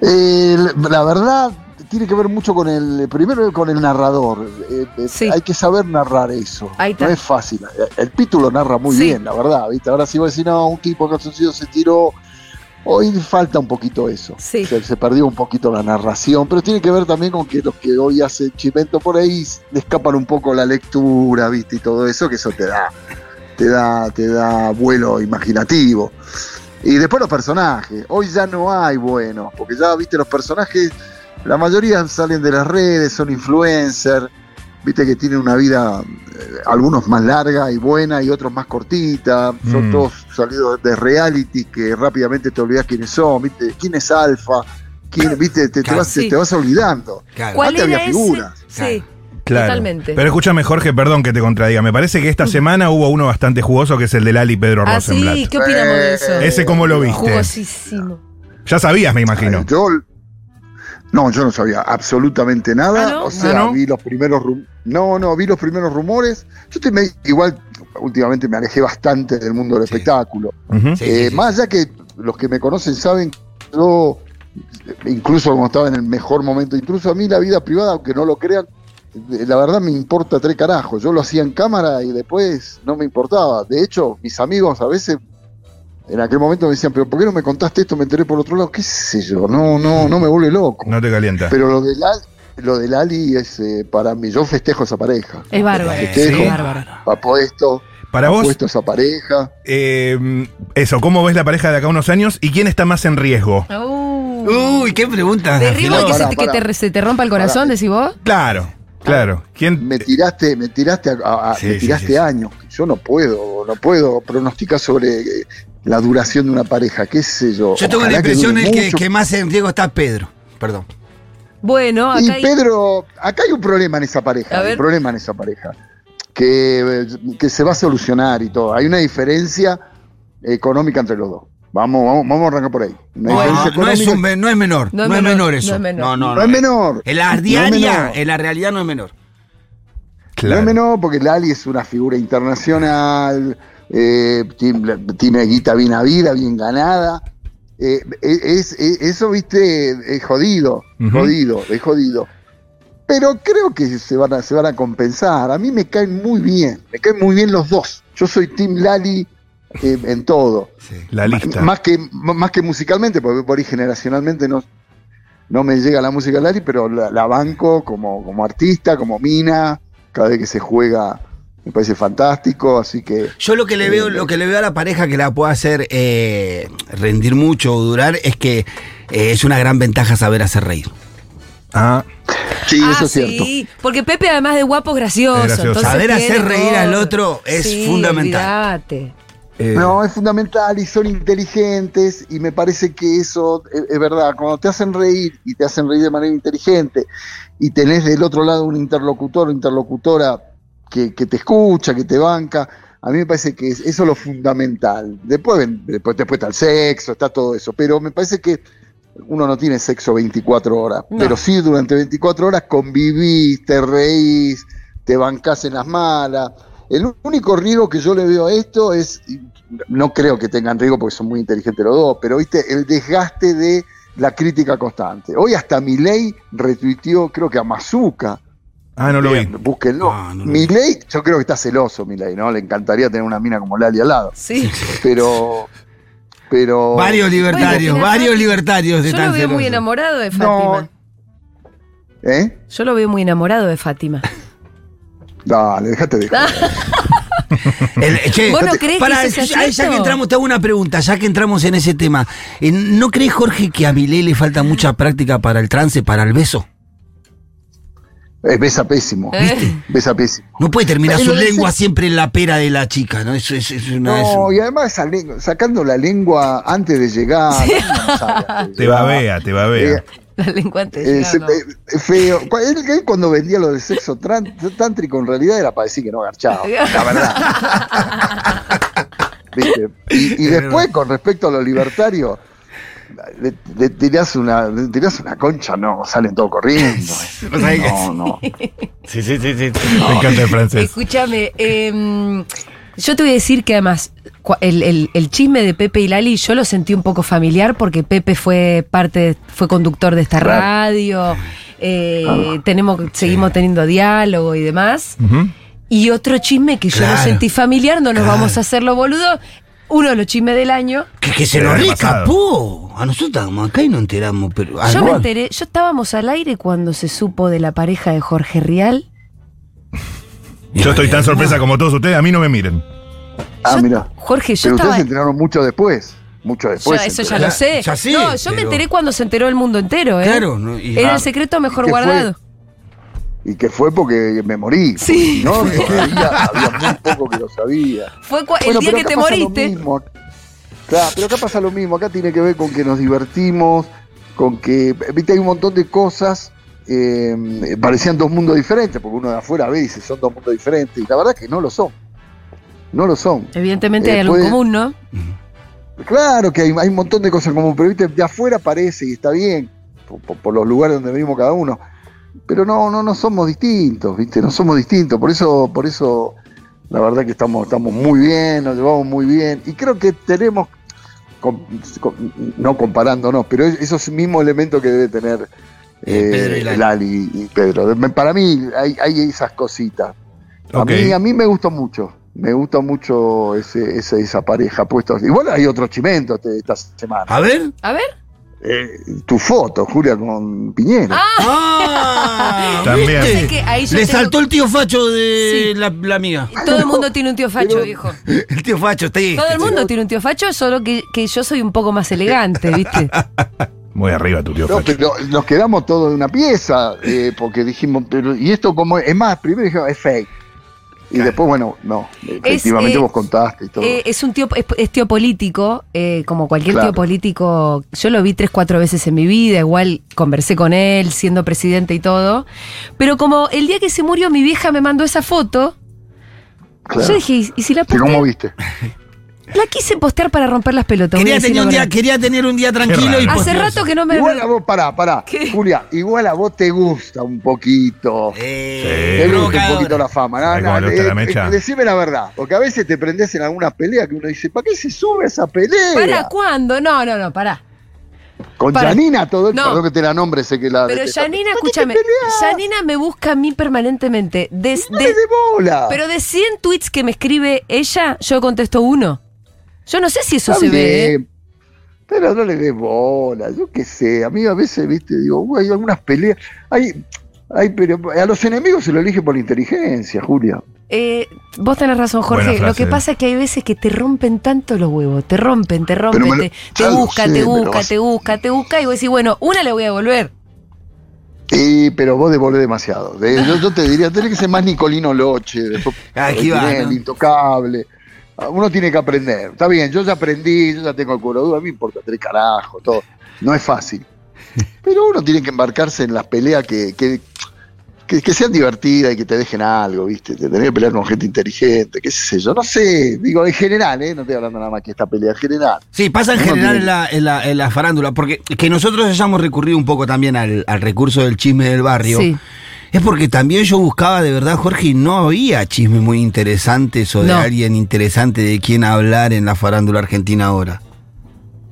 Speaker 13: Eh, la verdad, tiene que ver mucho con el, primero con el narrador. Eh, eh,
Speaker 1: Sí.
Speaker 13: Hay que saber narrar eso.
Speaker 1: Ahí está.
Speaker 13: No es fácil. Eh, El Pitu lo narra muy
Speaker 1: Sí.
Speaker 13: bien, la verdad, ¿viste? Ahora si vos decís, no, un tipo que ha sucedido se tiró Hoy falta un poquito eso.
Speaker 1: Sí.
Speaker 13: Se, se perdió un poquito la narración, pero tiene que ver también con que los que hoy hacen chimento por ahí le escapan un poco la lectura, ¿viste? Y todo eso, que eso te da, te da, te da vuelo imaginativo. Y después los personajes. Hoy ya no hay buenos, porque ya, viste, los personajes, la mayoría salen de las redes, son influencers, viste que tienen una vida, eh, algunos más larga y buena y otros más cortita. Son
Speaker 2: Mm.
Speaker 13: todos salidos de reality que rápidamente te olvidas quiénes son, viste, quién es Alfa, quién, viste, te, te vas,
Speaker 1: Sí.
Speaker 13: te vas olvidando.
Speaker 1: ¿Cuál
Speaker 13: Antes
Speaker 1: era
Speaker 13: había
Speaker 1: ese?
Speaker 13: figuras.
Speaker 1: Sí,
Speaker 2: Claro.
Speaker 1: totalmente.
Speaker 2: Pero escúchame, Jorge, perdón que te contradiga. Me parece que esta semana hubo uno bastante jugoso que es el de Lali Pedro
Speaker 1: Ah,
Speaker 2: Rosenblatt.
Speaker 1: sí, ¿qué opinamos de eso?
Speaker 13: Eh,
Speaker 2: Ese cómo lo viste.
Speaker 1: Jugosísimo.
Speaker 2: Ya sabías, me imagino.
Speaker 13: Yo, no, yo no sabía absolutamente nada.
Speaker 1: ¿Ah, no?
Speaker 13: O sea,
Speaker 2: ¿Ah, no?
Speaker 13: vi los primeros rum- no, no, vi los primeros rumores. Yo estoy me- igual últimamente me alejé bastante del mundo del espectáculo.
Speaker 2: Ujú.
Speaker 3: Sí,
Speaker 13: Eh,
Speaker 3: sí, sí.
Speaker 13: Más allá que los que me conocen saben que yo, incluso como estaba en el mejor momento, incluso a mí la vida privada, aunque no lo crean, eh, la verdad me importa tres carajos. Yo lo hacía en cámara y después no me importaba. De hecho, mis amigos a veces en aquel momento me decían, pero ¿por qué no me contaste esto? Me enteré por otro lado. ¿Qué sé yo? No, no, no me vuelve loco.
Speaker 2: No te calienta.
Speaker 13: Pero lo de Lali, lo de Lali es eh, para mí, yo festejo esa pareja.
Speaker 1: Es bárbaro.
Speaker 13: Eh,
Speaker 1: es
Speaker 13: sí.
Speaker 1: bárbaro.
Speaker 13: Apuesto,
Speaker 2: Para vos,
Speaker 13: apuesto a esa pareja.
Speaker 2: eh, eso, ¿cómo ves la pareja de acá a unos años y quién está más en riesgo?
Speaker 1: Uh.
Speaker 3: Uy, qué pregunta.
Speaker 1: ¿De riesgo de que, se,
Speaker 13: Pará,
Speaker 1: te, que
Speaker 13: pará.
Speaker 1: te re- se te rompa el corazón, decís vos?
Speaker 2: Claro, claro. ¿Quién?
Speaker 13: Ah, me tiraste, me tiraste, a- a- a-
Speaker 2: Sí,
Speaker 13: me
Speaker 2: sí,
Speaker 13: tiraste
Speaker 2: sí, sí.
Speaker 13: años. Yo no puedo, no puedo pronosticar sobre eh, la duración de una pareja, qué sé yo.
Speaker 3: Yo tengo la
Speaker 13: Ojalá que
Speaker 3: impresión
Speaker 13: dure
Speaker 3: de que,
Speaker 13: mucho.
Speaker 3: que más en riesgo está Pedro. Perdón.
Speaker 1: Bueno,
Speaker 13: Y
Speaker 1: acá hay-
Speaker 13: Pedro, acá hay un problema en esa
Speaker 1: A
Speaker 13: pareja, hay
Speaker 1: ver.
Speaker 13: un problema en esa pareja, que, eh, que se va a solucionar y todo. Hay una diferencia económica entre los dos. Vamos, vamos, vamos a arrancar por ahí.
Speaker 3: No,
Speaker 13: Una diferencia
Speaker 3: no es
Speaker 13: económica
Speaker 3: un, men- no es menor. No, es menor eso. No es menor. No, no,
Speaker 13: no es menor.
Speaker 3: En la
Speaker 13: No es
Speaker 3: diaria,
Speaker 13: menor.
Speaker 3: en la realidad no es menor.
Speaker 2: Claro.
Speaker 13: No es menor porque Lali es una figura internacional, eh, tiene, tiene guita bien habida, bien ganada. Eh, es, es- eso, viste, es jodido,
Speaker 2: Ujú.
Speaker 13: jodido, es jodido. Pero creo que se van, a, se van a compensar. A mí me caen muy bien, me caen muy bien los dos. Yo soy Team Lali eh, en todo.
Speaker 2: La lista.
Speaker 13: Más que, más que musicalmente, porque por ahí generacionalmente no, no me llega la música de Lali, pero la, la banco como, como artista, como mina, cada vez que se juega me parece fantástico, así que...
Speaker 3: Yo lo que le veo, lo que le veo a la pareja que la pueda hacer eh, rendir mucho o durar es que eh, es una gran ventaja saber hacer reír.
Speaker 2: Ah,
Speaker 13: Sí,
Speaker 1: Ah,
Speaker 13: eso es cierto.
Speaker 1: sí, porque Pepe además de guapo es gracioso.
Speaker 2: Es gracioso.
Speaker 1: entonces
Speaker 3: Saber
Speaker 1: tiene
Speaker 3: hacer reír
Speaker 1: todo.
Speaker 3: al otro es
Speaker 1: Sí,
Speaker 3: fundamental.
Speaker 1: olvidate.
Speaker 2: eh,
Speaker 13: No, es fundamental y son inteligentes y me parece que eso es, es verdad. Cuando te hacen reír y te hacen reír de manera inteligente y tenés del otro lado un interlocutor o interlocutora que, que te escucha, que te banca, a mí me parece que es- eso es lo fundamental. Después, ven- después, después está el sexo, está todo eso, pero me parece que uno no tiene sexo 24 horas,
Speaker 1: No.
Speaker 13: pero sí durante 24 horas convivís, te reís, te bancás en las malas. El único riesgo que yo le veo a esto es, y no creo que tengan riesgo porque son muy inteligentes los dos, pero viste, el desgaste de la crítica constante. Hoy hasta Milei retuiteó, creo que a Mazuca,
Speaker 2: ah, no lo vi.
Speaker 13: búsquenlo.
Speaker 3: Ah, no lo vi.
Speaker 13: Milei, yo creo que está celoso Milei, ¿no? Le encantaría tener una mina como Lali al lado,
Speaker 1: Sí.
Speaker 13: pero... pero
Speaker 3: Varios libertarios,
Speaker 1: Bueno,
Speaker 3: varios
Speaker 1: Fátima,
Speaker 3: libertarios
Speaker 1: Yo lo veo
Speaker 3: están
Speaker 1: muy
Speaker 3: celosos.
Speaker 1: enamorado de Fátima.
Speaker 13: No. ¿Eh?
Speaker 1: Yo lo veo muy enamorado de Fátima.
Speaker 13: Dale, déjate de
Speaker 1: Ah.
Speaker 13: joder.
Speaker 3: El- che,
Speaker 1: ¿Vos no crees que
Speaker 3: pará,
Speaker 1: eso sea
Speaker 3: ya- ya
Speaker 1: cierto?
Speaker 3: que entramos, te hago una pregunta, ya que entramos en ese tema. Eh, ¿No crees, Jorge, que a Milei le falta mucha práctica para el trance, para el beso?
Speaker 13: Eh, besa pésimo.
Speaker 1: ¿Eh?
Speaker 13: Besa pésimo.
Speaker 3: No puede terminar
Speaker 13: Pero
Speaker 3: su
Speaker 13: lo dice-
Speaker 3: lengua siempre en la pera de la chica, ¿no? Eso es, es una. es
Speaker 13: No,
Speaker 3: un-
Speaker 13: y además esa lengua- sacando la lengua antes de llegar. no sabe antes de
Speaker 2: Te
Speaker 13: llegar.
Speaker 2: babea, te babea.
Speaker 13: Eh,
Speaker 1: La lengua antes de
Speaker 13: eh, se-
Speaker 1: llegar, ¿no?
Speaker 13: eh, feo. Cu- Él, él cuando vendía lo de sexo tran- tántrico, en realidad era para decir que no
Speaker 1: *laughs*
Speaker 13: agarchaba, la verdad. ¿Viste? Y, y después, con respecto a los libertarios, le, le tirás una, le tirás una concha, no, salen todos corriendo.
Speaker 3: O sea, que-
Speaker 13: No,
Speaker 1: *laughs*
Speaker 13: no.
Speaker 3: Sí, sí, sí, sí.
Speaker 2: Me encanta el francés.
Speaker 1: Escúchame,
Speaker 10: eh,
Speaker 1: em, yo te voy a decir que además cua- el, el- el chisme de Pepe y Lali yo lo sentí un poco familiar porque Pepe fue parte, de- fue conductor de esta
Speaker 13: Claro. Ah.
Speaker 1: radio, eh, tenemos, seguimos teniendo diálogo y demás.
Speaker 2: Ujú.
Speaker 1: Y otro chisme que yo lo
Speaker 3: Claro.
Speaker 1: sentí familiar, no nos
Speaker 3: Claro.
Speaker 1: vamos a hacerlo boludo. uno de los chismes del año.
Speaker 3: Que, que se
Speaker 1: Pero
Speaker 3: nos
Speaker 1: el año
Speaker 3: escapó. A nosotros estábamos acá y no enteramos, pero. ah,
Speaker 1: Yo me
Speaker 3: no.
Speaker 1: enteré, yo estábamos al aire cuando se supo de la pareja de Jorge Rial.
Speaker 2: Yo estoy tan sorpresa como todos ustedes, a mí no me miren.
Speaker 13: Ah, mira.
Speaker 1: Jorge, yo
Speaker 13: Pero ustedes
Speaker 1: estaba-
Speaker 13: se enteraron mucho después. Mucho
Speaker 1: Yo,
Speaker 13: después. se
Speaker 1: eso ya
Speaker 13: enteraron.
Speaker 1: lo sé. no, yo me enteré cuando se enteró el mundo entero, ¿eh?
Speaker 13: Claro, no, y-
Speaker 1: Era
Speaker 13: Ah.
Speaker 1: el secreto mejor
Speaker 13: ¿Qué fue?
Speaker 1: guardado.
Speaker 13: Y que fue porque me morí.
Speaker 1: Sí.
Speaker 13: No, no sabía, había muy poco que lo sabía.
Speaker 1: Fue cua- el
Speaker 13: Bueno,
Speaker 1: día
Speaker 13: pero
Speaker 1: que
Speaker 13: acá
Speaker 1: te
Speaker 13: pasa lo
Speaker 1: moriste.
Speaker 13: mismo. Claro, pero acá pasa lo mismo. Acá tiene que ver con que nos divertimos, con que. Viste, hay un montón de cosas. eh, parecían dos mundos diferentes, porque uno de afuera ve y dice son dos mundos diferentes. Y la verdad que no lo son. No lo son.
Speaker 1: Evidentemente
Speaker 13: Eh,
Speaker 1: hay algo en
Speaker 13: puede-
Speaker 1: común, ¿no?
Speaker 13: Claro que hay, hay un montón de cosas como, pero viste, de afuera parece y está bien, por, por- por los lugares donde vivimos cada uno. Pero no, no, no somos distintos, viste, no somos distintos. Por eso, por eso, la verdad que estamos, estamos muy bien, nos llevamos muy bien. Y creo que tenemos, com- com- no comparándonos, pero es- esos mismos elementos que debe tener eh,
Speaker 3: Pedro y Lali.
Speaker 13: Lali y Pedro. Me- Para mí hay, hay esas cositas.
Speaker 2: Ok.
Speaker 13: A, mí, a mí me gustó mucho. Me gusta mucho ese, ese- esa pareja puesta. Igual hay otro chimento este- esta semana. Eh,
Speaker 3: A ver.
Speaker 1: A ver.
Speaker 13: Tu foto, Julia, con Piñera.
Speaker 3: Ah,
Speaker 13: También.
Speaker 3: ¿viste?
Speaker 1: Sé que ahí yo
Speaker 3: Le
Speaker 1: tengo-
Speaker 3: saltó el tío Facho de
Speaker 1: Sí.
Speaker 3: la, la
Speaker 1: *laughs*
Speaker 3: amiga.
Speaker 1: Todo el
Speaker 3: *laughs*
Speaker 1: mundo tiene un tío facho, viejo.
Speaker 3: El tío Facho está ahí.
Speaker 1: Todo el mundo tiene un tío facho, solo que, que yo soy un poco más elegante,
Speaker 3: *laughs*
Speaker 1: ¿viste?
Speaker 2: Muy arriba tu tío
Speaker 13: No,
Speaker 2: Facho.
Speaker 13: pero nos quedamos todos en una pieza eh, porque dijimos, pero ¿y esto cómo es? Es más, primero dijimos, es fake. Y después, bueno, no. Efectivamente
Speaker 1: eh,
Speaker 13: vos contaste y todo.
Speaker 1: Eh, es un tío, es, es tío político, eh, como cualquier
Speaker 13: Claro.
Speaker 1: tío político. Yo lo vi tres, cuatro veces en mi vida, igual conversé con él, siendo presidente y todo. Pero como el día que se murió, mi vieja me mandó esa foto.
Speaker 13: Claro.
Speaker 1: Yo dije, ¿y- ¿y si la
Speaker 13: ¿Que
Speaker 1: posteo?
Speaker 13: ¿Cómo viste?
Speaker 1: La quise postear para romper las pelotas. voy a
Speaker 3: Quería tener,
Speaker 1: decirlo
Speaker 3: un día,
Speaker 1: ahora.
Speaker 3: quería tener un día tranquilo y
Speaker 1: Hace
Speaker 3: posteó
Speaker 1: rato
Speaker 3: eso.
Speaker 1: que no me.
Speaker 13: Igual a vos, pará, pará. Julia, igual a vos te gusta un poquito. te gusta un
Speaker 3: provocadora.
Speaker 13: poquito la fama. No,
Speaker 2: Ay, Eh,
Speaker 13: no,
Speaker 2: cómo le gusta
Speaker 13: eh,
Speaker 2: la mecha.
Speaker 13: eh, decime la verdad, porque a veces te prendés en alguna pelea que uno dice, ¿para qué se sube esa pelea?
Speaker 1: ¿Para cuándo? No, no, no, pará.
Speaker 13: Con
Speaker 1: para.
Speaker 13: Janina todo el
Speaker 1: No.
Speaker 13: perdón que te la nombre, sé que la.
Speaker 1: Pero
Speaker 13: detestás.
Speaker 1: Janina, escúchame. Janina me busca a mí permanentemente. Des-
Speaker 13: No le
Speaker 1: de-
Speaker 13: dé bola.
Speaker 1: pero de 100 tweets que me escribe ella, yo contesto uno. Yo no sé si eso
Speaker 13: Está
Speaker 1: se ve. ¿eh?
Speaker 13: bien, Pero no le des bola, yo qué sé. A mí a veces, viste, digo, "Uy, hay algunas peleas. Hay, hay, pero a los enemigos se lo elige por la inteligencia, Julia.
Speaker 1: Eh, vos tenés razón, Jorge.
Speaker 13: Buena
Speaker 1: Lo que
Speaker 13: frase.
Speaker 1: pasa es que hay veces que te rompen tanto los huevos. Te rompen, te rompen.
Speaker 13: me lo-
Speaker 1: te,
Speaker 13: ya
Speaker 1: te
Speaker 13: lo
Speaker 1: busca,
Speaker 13: sé,
Speaker 1: te
Speaker 13: pero
Speaker 1: busca,
Speaker 13: vas-
Speaker 1: te busca, te busca. Y vos decís, bueno, una le voy a devolver.
Speaker 13: Sí, pero vos devolvés demasiado. De- yo, yo te diría, tenés que ser más Nicolino Loche,
Speaker 3: *laughs*
Speaker 13: después
Speaker 3: Aquí Ah, va,
Speaker 13: Tinelli,
Speaker 3: ¿no?
Speaker 13: intocable. Ah, Uno tiene que aprender. Está bien, yo ya aprendí, yo ya tengo el cuero duro, a mí me importa tres carajos, todo. No
Speaker 3: *laughs*
Speaker 13: es fácil. Pero uno tiene que embarcarse en las peleas que, que, que- que sean divertidas y que te dejen algo, ¿viste? Te tenés que pelear con gente inteligente, qué sé yo, no sé. Digo, en general, ¿eh? No estoy hablando nada más que esta pelea en general.
Speaker 3: Sí, pasa en
Speaker 13: Uno
Speaker 3: general
Speaker 13: tiene-
Speaker 3: en la, en la- en la farándula, porque que nosotros hayamos recurrido un poco también al, al recurso del chisme del barrio.
Speaker 1: Sí.
Speaker 3: Es porque también yo buscaba de verdad, Jorge, y no había chismes muy interesantes o de
Speaker 1: No.
Speaker 3: alguien interesante de quien hablar en la farándula argentina ahora.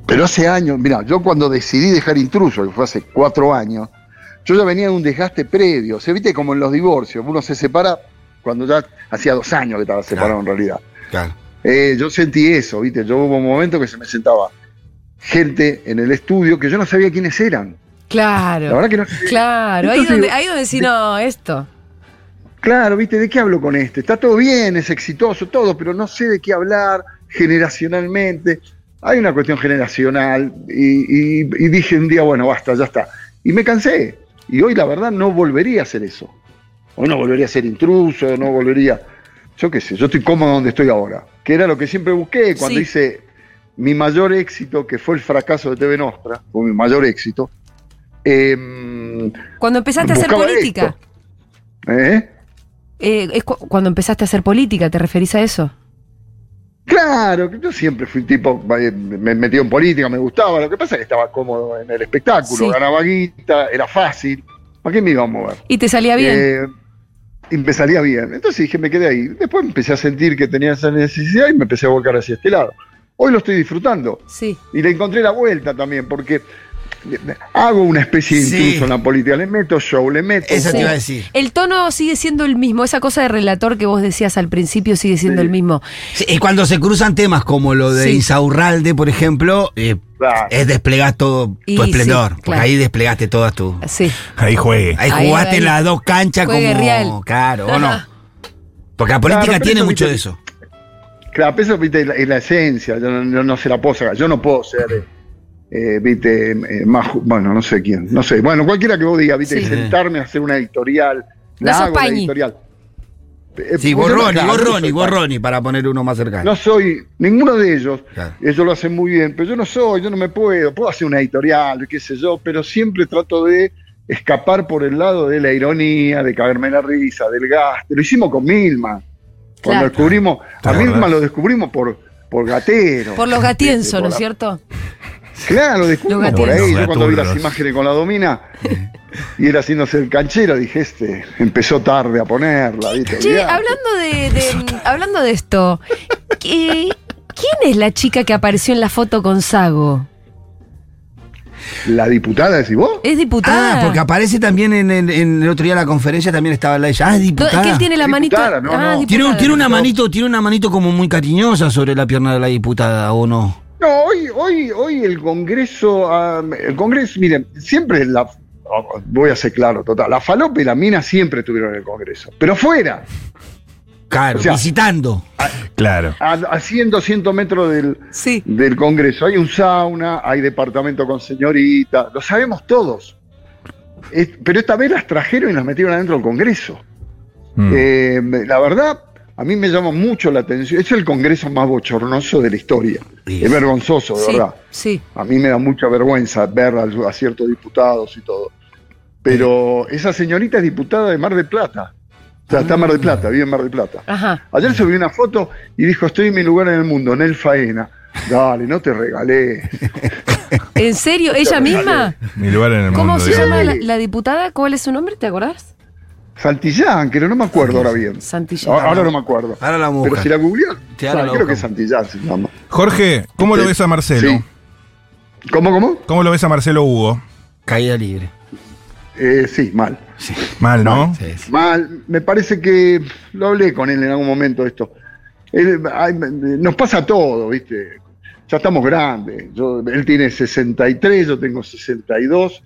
Speaker 13: Pero hace años, mira, yo cuando decidí dejar intruso, que fue hace cuatro años, yo ya venía de un desgaste previo. Se viste como en los divorcios, uno se separa cuando ya hacía dos años que estaba separado en realidad.
Speaker 3: Claro.
Speaker 13: Eh, yo sentí eso, viste, yo hubo un momento que se me sentaba gente en el estudio que yo no sabía quiénes eran.
Speaker 1: Claro.
Speaker 13: La verdad que no-
Speaker 1: Claro. Ahí
Speaker 13: Entonces,
Speaker 1: donde,
Speaker 13: digo,
Speaker 1: ahí donde decís, no, esto.
Speaker 13: Claro, viste, ¿de qué hablo con este? Está todo bien, es exitoso, todo, pero no sé de qué hablar generacionalmente. Hay una cuestión generacional y, y- y dije un día, bueno, basta, ya está. Y me cansé. Y hoy la verdad no volvería a hacer eso. Hoy no volvería a ser intruso, no volvería... Yo qué sé, yo estoy cómodo donde estoy ahora, que era lo que siempre busqué cuando
Speaker 1: Sí.
Speaker 13: hice mi mayor éxito, que fue el fracaso de TV Nostra, fue mi mayor éxito. Em,
Speaker 1: Cuando empezaste a hacer
Speaker 13: buscaba
Speaker 1: política.
Speaker 13: esto. ¿Eh?
Speaker 1: Eh, es cu- cuando empezaste a hacer política, ¿te referís a eso?
Speaker 13: Claro, que yo siempre fui un tipo, eh, me metí en política, me gustaba, lo que pasa es que estaba cómodo en el espectáculo,
Speaker 1: Sí.
Speaker 13: ganaba guita, era fácil, ¿para qué me iba a mover?
Speaker 1: Y te salía bien.
Speaker 13: Eh, y me salía bien, entonces dije, me quedé ahí. Después empecé a sentir que tenía esa necesidad y me empecé a volcar hacia este lado. Hoy lo estoy disfrutando.
Speaker 1: Sí.
Speaker 13: Y le encontré la vuelta también, porque hago una especie de
Speaker 3: Sí.
Speaker 13: intruso en la política, le meto show, le meto.
Speaker 1: Sí. El tono sigue siendo el mismo, esa cosa de relator que vos decías al principio sigue siendo el mismo.
Speaker 3: Sí, y cuando se cruzan temas como lo de
Speaker 1: Sí.
Speaker 3: Insaurralde, por ejemplo, eh, es desplegás todo
Speaker 1: Y
Speaker 3: tu
Speaker 1: sí,
Speaker 3: esplendor. porque
Speaker 1: claro.
Speaker 3: ahí desplegaste todas tus.
Speaker 1: Sí.
Speaker 3: Ahí juegue. Ahí
Speaker 1: Ahí,
Speaker 3: jugaste
Speaker 1: ahí.
Speaker 3: las dos canchas
Speaker 1: Juegue
Speaker 3: como.
Speaker 1: real.
Speaker 3: Claro, o no. Porque la
Speaker 13: Claro,
Speaker 3: política
Speaker 13: pero
Speaker 3: tiene
Speaker 13: eso,
Speaker 3: mucho de
Speaker 13: viste,
Speaker 3: eso.
Speaker 13: Claro, pero eso viste, es la, es la esencia, yo no, yo no se la puedo sacar, yo no puedo ser, eh, eh, viste, eh, más, ju- bueno, no sé quién, no sé, bueno, cualquiera que vos digas, viste,
Speaker 3: Sí.
Speaker 13: sentarme a hacer una editorial,
Speaker 3: No
Speaker 13: la
Speaker 3: sos
Speaker 13: hago la
Speaker 3: Pañi.
Speaker 13: editorial. Eh,
Speaker 3: Sí,
Speaker 13: yo no-
Speaker 3: Borroni,
Speaker 13: claro, no
Speaker 3: Borroni,
Speaker 13: soy
Speaker 3: Borroni, para poner uno más cercano.
Speaker 13: No soy ninguno de ellos.
Speaker 3: Claro.
Speaker 13: Ellos lo hacen muy bien, pero yo no soy, yo no me puedo. Puedo hacer una editorial, qué sé yo, pero siempre trato de escapar por el lado de la ironía, de caerme en la risa, del gasto. Lo hicimos con Milma. Cuando
Speaker 1: Claro.
Speaker 13: descubrimos, a
Speaker 1: ¿Te
Speaker 13: Milma
Speaker 1: acordás?
Speaker 13: lo descubrimos por, por gatero.
Speaker 1: Por los
Speaker 13: Este,
Speaker 1: gatiensos,
Speaker 13: por
Speaker 1: ¿no es
Speaker 13: la-
Speaker 1: cierto?
Speaker 13: Claro, lo descubrimos
Speaker 1: Los
Speaker 13: por
Speaker 1: gatiensos.
Speaker 13: ahí.
Speaker 1: Los
Speaker 13: Yo cuando vi las
Speaker 1: gaturros.
Speaker 13: imágenes con la domina y él haciéndose el canchero, dije, este empezó tarde a ponerla. ¿viste?
Speaker 1: Che,
Speaker 13: Olvidate.
Speaker 1: hablando de, de- hablando de esto, ¿qué- ¿quién es la chica que apareció en la foto con Sago?
Speaker 13: La diputada, decís vos.
Speaker 1: Es diputada.
Speaker 3: Ah, porque aparece también en, en- en el otro día de la conferencia, también estaba la ella. Ah,
Speaker 1: No,
Speaker 3: es
Speaker 1: es
Speaker 3: diputada.
Speaker 1: que él tiene la manito. ah, diputada.
Speaker 3: Tiene, tiene una manito, tiene una manito como muy cariñosa sobre la pierna de la diputada, ¿o no?
Speaker 13: No, hoy, hoy, hoy el Congreso, am, el Congreso, miren, siempre la, oh, voy a ser claro, total, la falopa y la mina siempre estuvieron en el Congreso, pero fuera,
Speaker 3: Claro,
Speaker 13: O sea,
Speaker 3: visitando.
Speaker 13: claro. a, a 100, 200 metros del, del Congreso. Hay un sauna, hay departamento con señorita, lo sabemos todos. Es- pero esta vez las trajeron y las metieron adentro del Congreso.
Speaker 2: Mm.
Speaker 1: Mm.
Speaker 13: Eh, me- la verdad, a mí me llama mucho la atención. Es el Congreso más bochornoso de la historia. Es vergonzoso, de
Speaker 1: Sí,
Speaker 13: verdad.
Speaker 1: Sí.
Speaker 13: A mí me da mucha vergüenza ver a, a ciertos diputados y todo. Pero esa señorita es diputada de Mar del Plata. O sea, está en Mar del Plata, vive en Mar del Plata.
Speaker 1: Ajá.
Speaker 2: Mm.
Speaker 13: Ayer subí una foto y dijo, estoy en mi lugar en el mundo, en el Faena. Dale, no
Speaker 2: *laughs*
Speaker 13: te regalé.
Speaker 1: ¿En serio? ¿Ella misma?
Speaker 2: Mi lugar en el
Speaker 1: ¿Cómo
Speaker 2: mundo.
Speaker 1: se
Speaker 2: digamos.
Speaker 1: llama la, la diputada? ¿Cuál es su nombre? ¿Te acordás?
Speaker 13: Santillán, que no me acuerdo ahora bien.
Speaker 1: Santillán.
Speaker 13: Ahora, ahora no me acuerdo.
Speaker 3: Ahora la
Speaker 13: Pero si la googleás,
Speaker 3: Te ahora la
Speaker 13: creo
Speaker 3: buscamos.
Speaker 13: que es Santillán se llama. Eh,
Speaker 2: Jorge, ¿cómo lo ves a Marcelo?
Speaker 13: ¿Cómo, cómo?
Speaker 2: ¿Cómo lo ves a Marcelo Hugo?
Speaker 3: Caída libre.
Speaker 13: Eh, sí, mal.
Speaker 2: Mal, ¿no?
Speaker 13: Mal, me parece que lo hablé con él en algún momento esto. Él, ay, me- me- nos pasa todo, ¿viste? Ya estamos grandes. Yo, él tiene 63, yo tengo 62.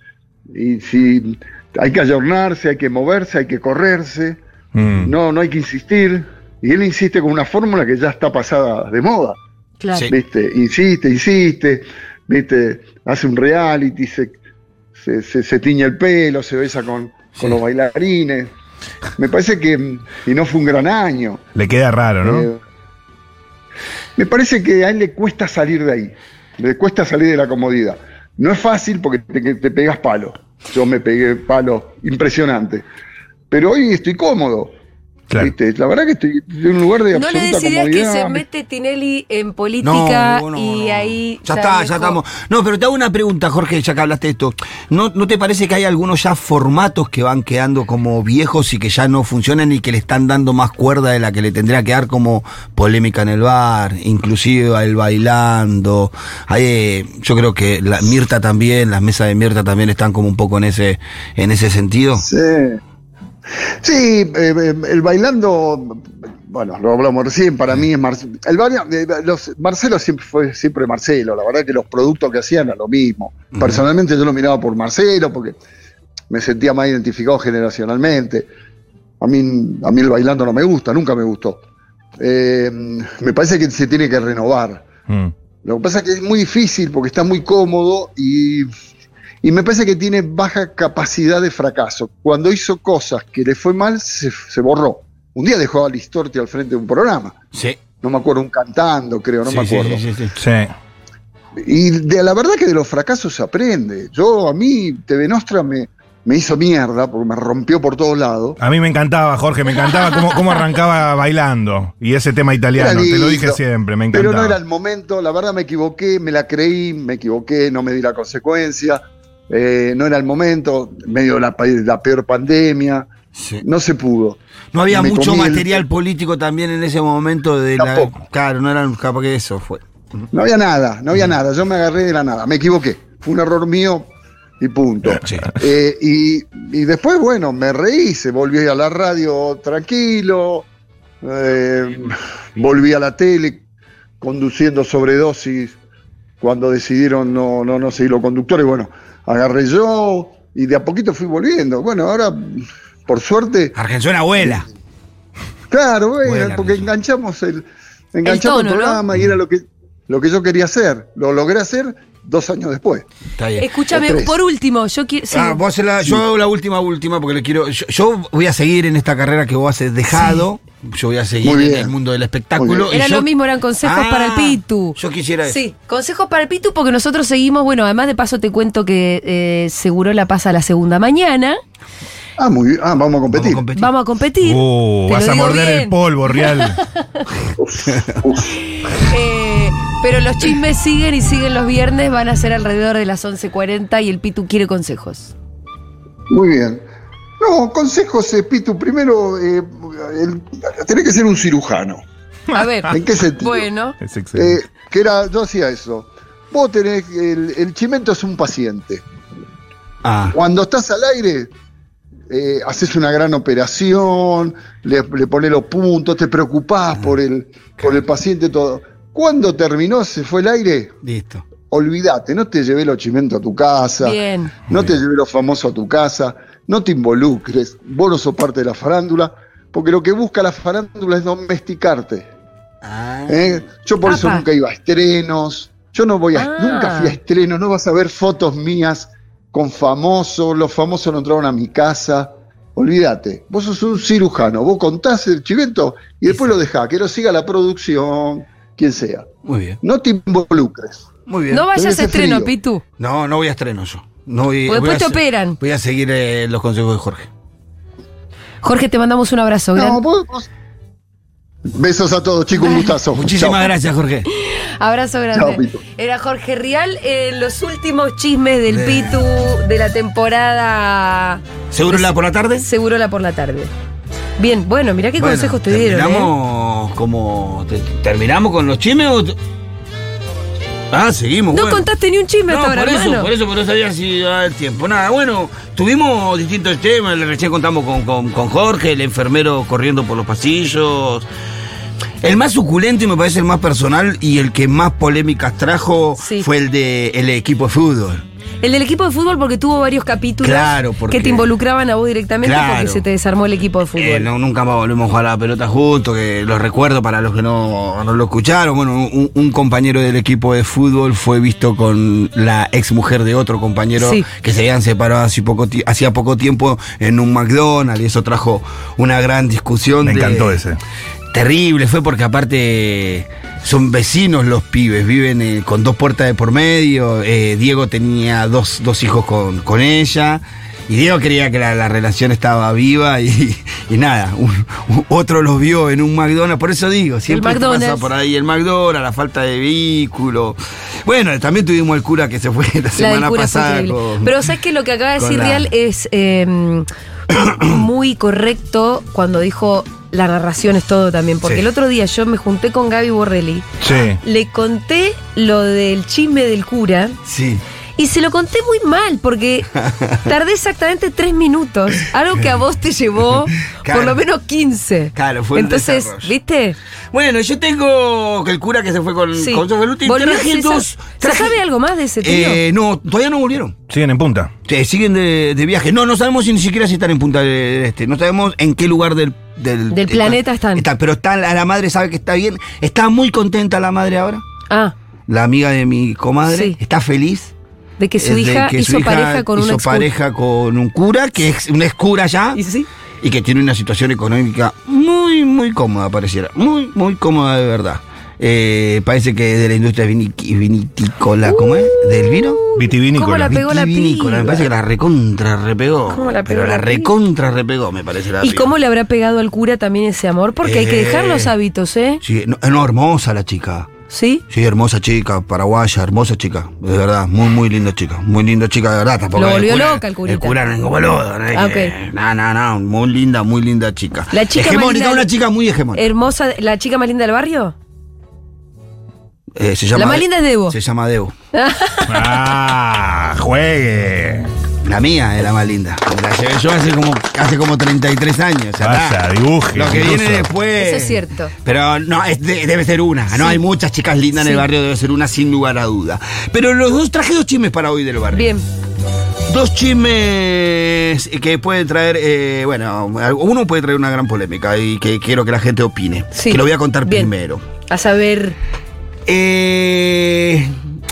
Speaker 13: Y si hay que ayornarse, hay que moverse, hay que correrse.
Speaker 2: Mm.
Speaker 13: No, no hay que insistir. Y él insiste con una fórmula que ya está pasada de moda.
Speaker 1: Claro.
Speaker 13: ¿Viste? Insiste, insiste, ¿viste? Hace un reality, se, se, se- se tiñe el pelo, se besa con, con los bailarines. Me parece que. mm, Y no fue un gran año.
Speaker 2: Le queda raro, ¿no?
Speaker 13: Eh, me parece que a él le cuesta salir de ahí. Le cuesta salir de la comodidad. No es fácil porque te, que te pegas palo. Yo me pegué palo impresionante. Pero hoy estoy cómodo. ¿viste? La verdad que estoy en un lugar de
Speaker 1: No
Speaker 13: absoluta
Speaker 1: le des ideas que
Speaker 13: comodidad.
Speaker 1: se mete Tinelli en política
Speaker 3: No, no,
Speaker 1: y ahí.
Speaker 3: Ya está,
Speaker 1: dijo-
Speaker 3: ya estamos. No, pero te hago una pregunta, Jorge, ya que hablaste de esto. ¿No, ¿No te parece que hay algunos ya formatos que van quedando como viejos y que ya no funcionan y que le están dando más cuerda de la que le tendría que dar como polémica en el bar, inclusive el bailando? Hay, eh, yo creo que la Mirta también, las mesas de Mirta también están como un poco en ese, en ese sentido.
Speaker 13: Sí. Sí, eh, eh, el bailando, bueno, lo hablamos recién, para mí es Marcelo. El baila- eh, los, Marcelo siempre fue siempre Marcelo, la verdad que los productos que hacían eran lo mismo. Personalmente yo lo miraba por Marcelo porque me sentía más identificado generacionalmente. A mí, a mí el bailando no me gusta, nunca me gustó. Eh, me parece que se tiene que renovar.
Speaker 2: Mm.
Speaker 13: Lo que pasa es que es muy difícil porque está muy cómodo y, y me parece que tiene baja capacidad de fracaso. Cuando hizo cosas que le fue mal, se, se borró. Un día dejó a Listorti al frente de un programa.
Speaker 3: Sí.
Speaker 13: No me acuerdo, un cantando, creo, no
Speaker 2: Sí,
Speaker 13: me
Speaker 2: sí,
Speaker 13: acuerdo.
Speaker 2: sí, sí, sí.
Speaker 13: Y de la verdad que de los fracasos se aprende. Yo, a mí, TV Nostra me, me hizo mierda porque me rompió por todos lados.
Speaker 2: A mí me encantaba, Jorge, me encantaba cómo, cómo arrancaba bailando. Y ese tema italiano,
Speaker 13: Era
Speaker 2: te lo
Speaker 13: lindo,
Speaker 2: dije siempre, me encantaba.
Speaker 13: Pero no era el momento, la verdad me equivoqué, me la creí, me equivoqué, no me di la consecuencia, eh, no era el momento, medio la, pa- la peor pandemia, no se pudo.
Speaker 3: No había
Speaker 13: Me
Speaker 3: mucho
Speaker 13: comí el-
Speaker 3: material político también en ese momento de la. Claro, no eran capaz que eso fue.
Speaker 13: No había nada, no había nada, yo me agarré de la nada, me equivoqué, fue un error mío y punto. Eh, y, y después, bueno, me reí, se volví a la radio tranquilo, eh, volví a la tele conduciendo sobredosis cuando decidieron no, no, no seguir los conductores. Bueno, agarré yo y de a poquito fui volviendo. Bueno, ahora, por suerte.
Speaker 3: Argenzuela abuela.
Speaker 13: Claro, bueno,
Speaker 3: Vuela,
Speaker 13: porque enganchamos el, enganchamos
Speaker 3: El
Speaker 13: el,
Speaker 3: tono, ¿no?
Speaker 13: programa y era lo que, lo que yo quería hacer. Lo logré hacer dos años después.
Speaker 3: Está bien.
Speaker 1: Escúchame,
Speaker 3: O Eh, tres.
Speaker 1: por último, yo quiero. sí.
Speaker 3: Ah, vos haces la- Yo hago la última, última, porque le quiero. Yo, yo voy a seguir en esta carrera que vos has dejado. Yo voy a seguir
Speaker 1: Muy
Speaker 3: en
Speaker 1: bien.
Speaker 3: el mundo del espectáculo. y
Speaker 1: Era
Speaker 3: yo-
Speaker 1: lo mismo, eran consejos
Speaker 3: Ah,
Speaker 1: para el Pitu.
Speaker 3: Yo quisiera eso.
Speaker 1: Sí, consejos para el Pitu porque nosotros seguimos, bueno, además de paso te cuento que eh, Seguro la pasa la segunda mañana.
Speaker 13: Ah, muy bien. Ah, vamos a competir.
Speaker 1: Vamos a competir. Te
Speaker 2: Uh,
Speaker 1: lo
Speaker 2: vas a
Speaker 1: digo
Speaker 2: morder
Speaker 1: bien.
Speaker 2: el polvo, Real.
Speaker 1: *laughs* Eh, pero los chismes siguen y siguen los viernes, van a ser alrededor de las 11.40 y el Pitu quiere consejos.
Speaker 13: Muy bien. No, consejos, eh, Pitu. Primero, eh, el- tenés que ser un cirujano.
Speaker 1: A
Speaker 3: *laughs*
Speaker 1: ver.
Speaker 13: ¿En qué sentido?
Speaker 1: Bueno.
Speaker 2: Es
Speaker 13: Eh, que era, yo hacía eso. Vos tenés, el, el chimento es un paciente.
Speaker 3: Ah.
Speaker 13: Cuando estás al aire, eh, haces una gran operación, le, le pones los puntos, te preocupás por el, por el paciente, todo. Cuando terminó, se fue el aire,
Speaker 3: Listo.
Speaker 13: olvídate, no te llevé los chimentos a tu casa,
Speaker 1: Bien.
Speaker 13: no te llevé los famosos a tu casa, no te involucres, vos no sos parte de la farándula, porque lo que busca la farándula es domesticarte.
Speaker 1: Ah.
Speaker 13: ¿Eh? Yo por eso
Speaker 10: Apa.
Speaker 13: nunca iba a estrenos, yo no voy a,
Speaker 10: Ah.
Speaker 13: nunca fui a estrenos, no vas a ver fotos mías con famosos, los famosos no entraron a mi casa. Olvídate, vos sos un cirujano, vos contás el chimento y después lo dejás, que lo siga la producción, quien sea.
Speaker 3: Muy bien.
Speaker 13: No te involucres.
Speaker 3: Muy bien.
Speaker 1: No vayas
Speaker 13: Debe
Speaker 1: a
Speaker 13: ser
Speaker 1: estreno,
Speaker 13: frío.
Speaker 1: Pitu.
Speaker 3: No, no voy a estreno yo. No voy,
Speaker 1: Porque
Speaker 3: voy
Speaker 1: Pues después
Speaker 3: a
Speaker 1: te
Speaker 3: se-
Speaker 1: operan.
Speaker 3: Voy a seguir eh, los consejos de Jorge.
Speaker 1: Jorge, te mandamos un abrazo. gran-
Speaker 13: Besos a todos, chicos, un gustazo.
Speaker 3: Muchísimas
Speaker 13: Chao.
Speaker 3: gracias, Jorge.
Speaker 1: Abrazo
Speaker 13: Chao,
Speaker 1: grande.
Speaker 13: Pitu.
Speaker 1: Era Jorge Rial en los últimos chismes del
Speaker 3: De-
Speaker 1: Pitu de la temporada.
Speaker 3: ¿Seguro la por la tarde?
Speaker 1: Seguro la por la tarde. Bien, bueno, mirá qué
Speaker 3: Bueno,
Speaker 1: consejos te dieron. ¿eh?
Speaker 3: Terminamos como. te- ¿Terminamos con los chismes o.? Ah, seguimos.
Speaker 1: No
Speaker 3: bueno.
Speaker 1: contaste ni un chisme
Speaker 3: No,
Speaker 1: hasta ahora,
Speaker 3: por eso,
Speaker 1: hermano.
Speaker 3: por eso, pero no sabía si daba el tiempo. Nada, bueno, tuvimos distintos temas. Recién contamos con, con- con Jorge, el enfermero corriendo por los pasillos. El más suculento y me parece el más personal y el que más polémicas trajo
Speaker 1: Sí.
Speaker 3: fue el de el equipo de fútbol.
Speaker 1: El del equipo de fútbol porque tuvo varios capítulos
Speaker 3: Claro, porque-
Speaker 1: que te involucraban a vos directamente porque
Speaker 3: Claro.
Speaker 1: se te desarmó el equipo de fútbol.
Speaker 3: Eh, no- nunca más volvemos a jugar a la pelota juntos, que los recuerdo para los que no, no lo escucharon. Bueno, un, un compañero del equipo de fútbol fue visto con la ex mujer de otro compañero
Speaker 10: Sí.
Speaker 3: que se habían separado hace poco, ti- hacía poco tiempo en un McDonald's y eso trajo una gran discusión.
Speaker 2: Me
Speaker 3: de-
Speaker 2: encantó ese.
Speaker 3: Terrible, fue porque aparte son vecinos los pibes, viven eh, con dos puertas de por medio. eh, Diego tenía dos, dos hijos con, con ella. Y Diego creía que la, la relación estaba viva y, *laughs* y nada, un- u- otro los vio en un McDonald's, por eso digo, siempre te pasa
Speaker 1: McDonald's.
Speaker 3: por ahí el McDonald's, la falta de vehículo. Bueno, también tuvimos el cura que se fue *laughs* la
Speaker 1: La del
Speaker 3: semana
Speaker 1: cura fue
Speaker 3: pasada.
Speaker 1: increíble.
Speaker 3: con-
Speaker 1: Pero sabes que lo que acaba de
Speaker 3: con
Speaker 1: decir
Speaker 3: la- *clears throat*
Speaker 1: Real es eh, muy correcto cuando dijo la narración es todo también. Porque
Speaker 2: Sí.
Speaker 1: el otro día yo me junté con Gaby Borrelli,
Speaker 2: Sí.
Speaker 1: le conté lo del chisme del cura
Speaker 3: Sí.
Speaker 1: y se lo conté muy mal
Speaker 3: *laughs*
Speaker 1: porque tardé exactamente tres minutos. Algo que a vos te llevó
Speaker 3: *laughs* Claro.
Speaker 1: por lo menos 15.
Speaker 3: Claro, fue un
Speaker 1: Entonces,
Speaker 3: desarrollo.
Speaker 1: ¿viste?
Speaker 3: Bueno, yo tengo que el cura que se fue con,
Speaker 1: Sí.
Speaker 3: Mm, con Sofía Luti,
Speaker 1: Volvió,
Speaker 3: traje
Speaker 1: sí,
Speaker 3: dos-
Speaker 1: ¿se- ¿Se
Speaker 3: traje-
Speaker 1: sabe algo más de ese tío?
Speaker 3: Eh, no, todavía no volvieron.
Speaker 2: Siguen en punta.
Speaker 3: Sí, siguen de, de viaje. No, no sabemos si ni siquiera si están en Punta del Este. No sabemos en qué lugar del, del,
Speaker 1: Del planeta están.
Speaker 3: está, pero está, la la madre sabe que está bien. Está muy contenta la madre ahora.
Speaker 1: Ah,
Speaker 3: La amiga de mi comadre.
Speaker 1: Sí.
Speaker 3: Está feliz.
Speaker 1: de que
Speaker 3: eh,
Speaker 1: su
Speaker 3: de
Speaker 1: hija
Speaker 3: que su
Speaker 1: hizo
Speaker 3: hija
Speaker 1: pareja con
Speaker 3: hizo
Speaker 1: una
Speaker 3: pareja con un cura, que es una excura ya.
Speaker 1: ¿Y sí?
Speaker 3: Y que tiene una situación económica muy, muy cómoda, pareciera. Muy, muy cómoda de verdad. Eh, parece que de la industria vinic- viticola, ¿cómo es? ¿Del vino?
Speaker 2: Vitivinícola.
Speaker 1: ¿Cómo la pegó la
Speaker 3: Vitivinícola, me
Speaker 1: piba?
Speaker 3: parece que la recontra repegó.
Speaker 1: ¿Cómo la pegó
Speaker 3: pero la
Speaker 1: la piba?
Speaker 3: recontra repegó, me parece la
Speaker 1: ¿Y
Speaker 3: piba.
Speaker 1: cómo le habrá pegado al cura también ese amor? Porque hay que dejar
Speaker 3: Eh.
Speaker 1: los hábitos, ¿eh?
Speaker 3: Sí, no, no, hermosa la chica.
Speaker 1: ¿Sí?
Speaker 3: Sí, hermosa chica, paraguaya, hermosa chica. De verdad, muy, muy linda chica. Muy linda chica, de verdad. Tampoco
Speaker 1: Lo
Speaker 3: el
Speaker 1: volvió
Speaker 3: cura-
Speaker 1: loca el curita.
Speaker 3: El cura no es boludo. No, es
Speaker 1: Ah,
Speaker 3: que- no, no, no, muy linda, muy linda chica.
Speaker 1: La chica más
Speaker 3: hegemónica,
Speaker 1: linda-
Speaker 3: una chica muy
Speaker 1: *laughs*
Speaker 3: hegemónica.
Speaker 1: Hermosa, la chica más linda del barrio.
Speaker 3: Eh, se llama
Speaker 1: La más linda es Debo.
Speaker 3: Se llama Debo. ¡Ah! ¡Juegue! La mía es la más linda. La llevé yo hace como, hace como 33 años. ya
Speaker 2: Vaya,
Speaker 3: está.
Speaker 2: dibuje,
Speaker 3: Lo que viene
Speaker 2: incluso.
Speaker 3: después.
Speaker 1: Eso es cierto.
Speaker 3: Pero no, es de- debe ser una. No hay muchas chicas lindas en el
Speaker 1: Sí.
Speaker 3: barrio, debe ser una sin lugar a duda. Pero los dos traje dos chismes para hoy del barrio.
Speaker 1: Bien.
Speaker 3: Dos chismes que pueden traer, eh, bueno, uno puede traer una gran polémica y que quiero que la gente opine.
Speaker 1: Sí.
Speaker 3: Que lo voy a contar
Speaker 1: Bien.
Speaker 3: primero.
Speaker 1: A saber.
Speaker 3: Eh,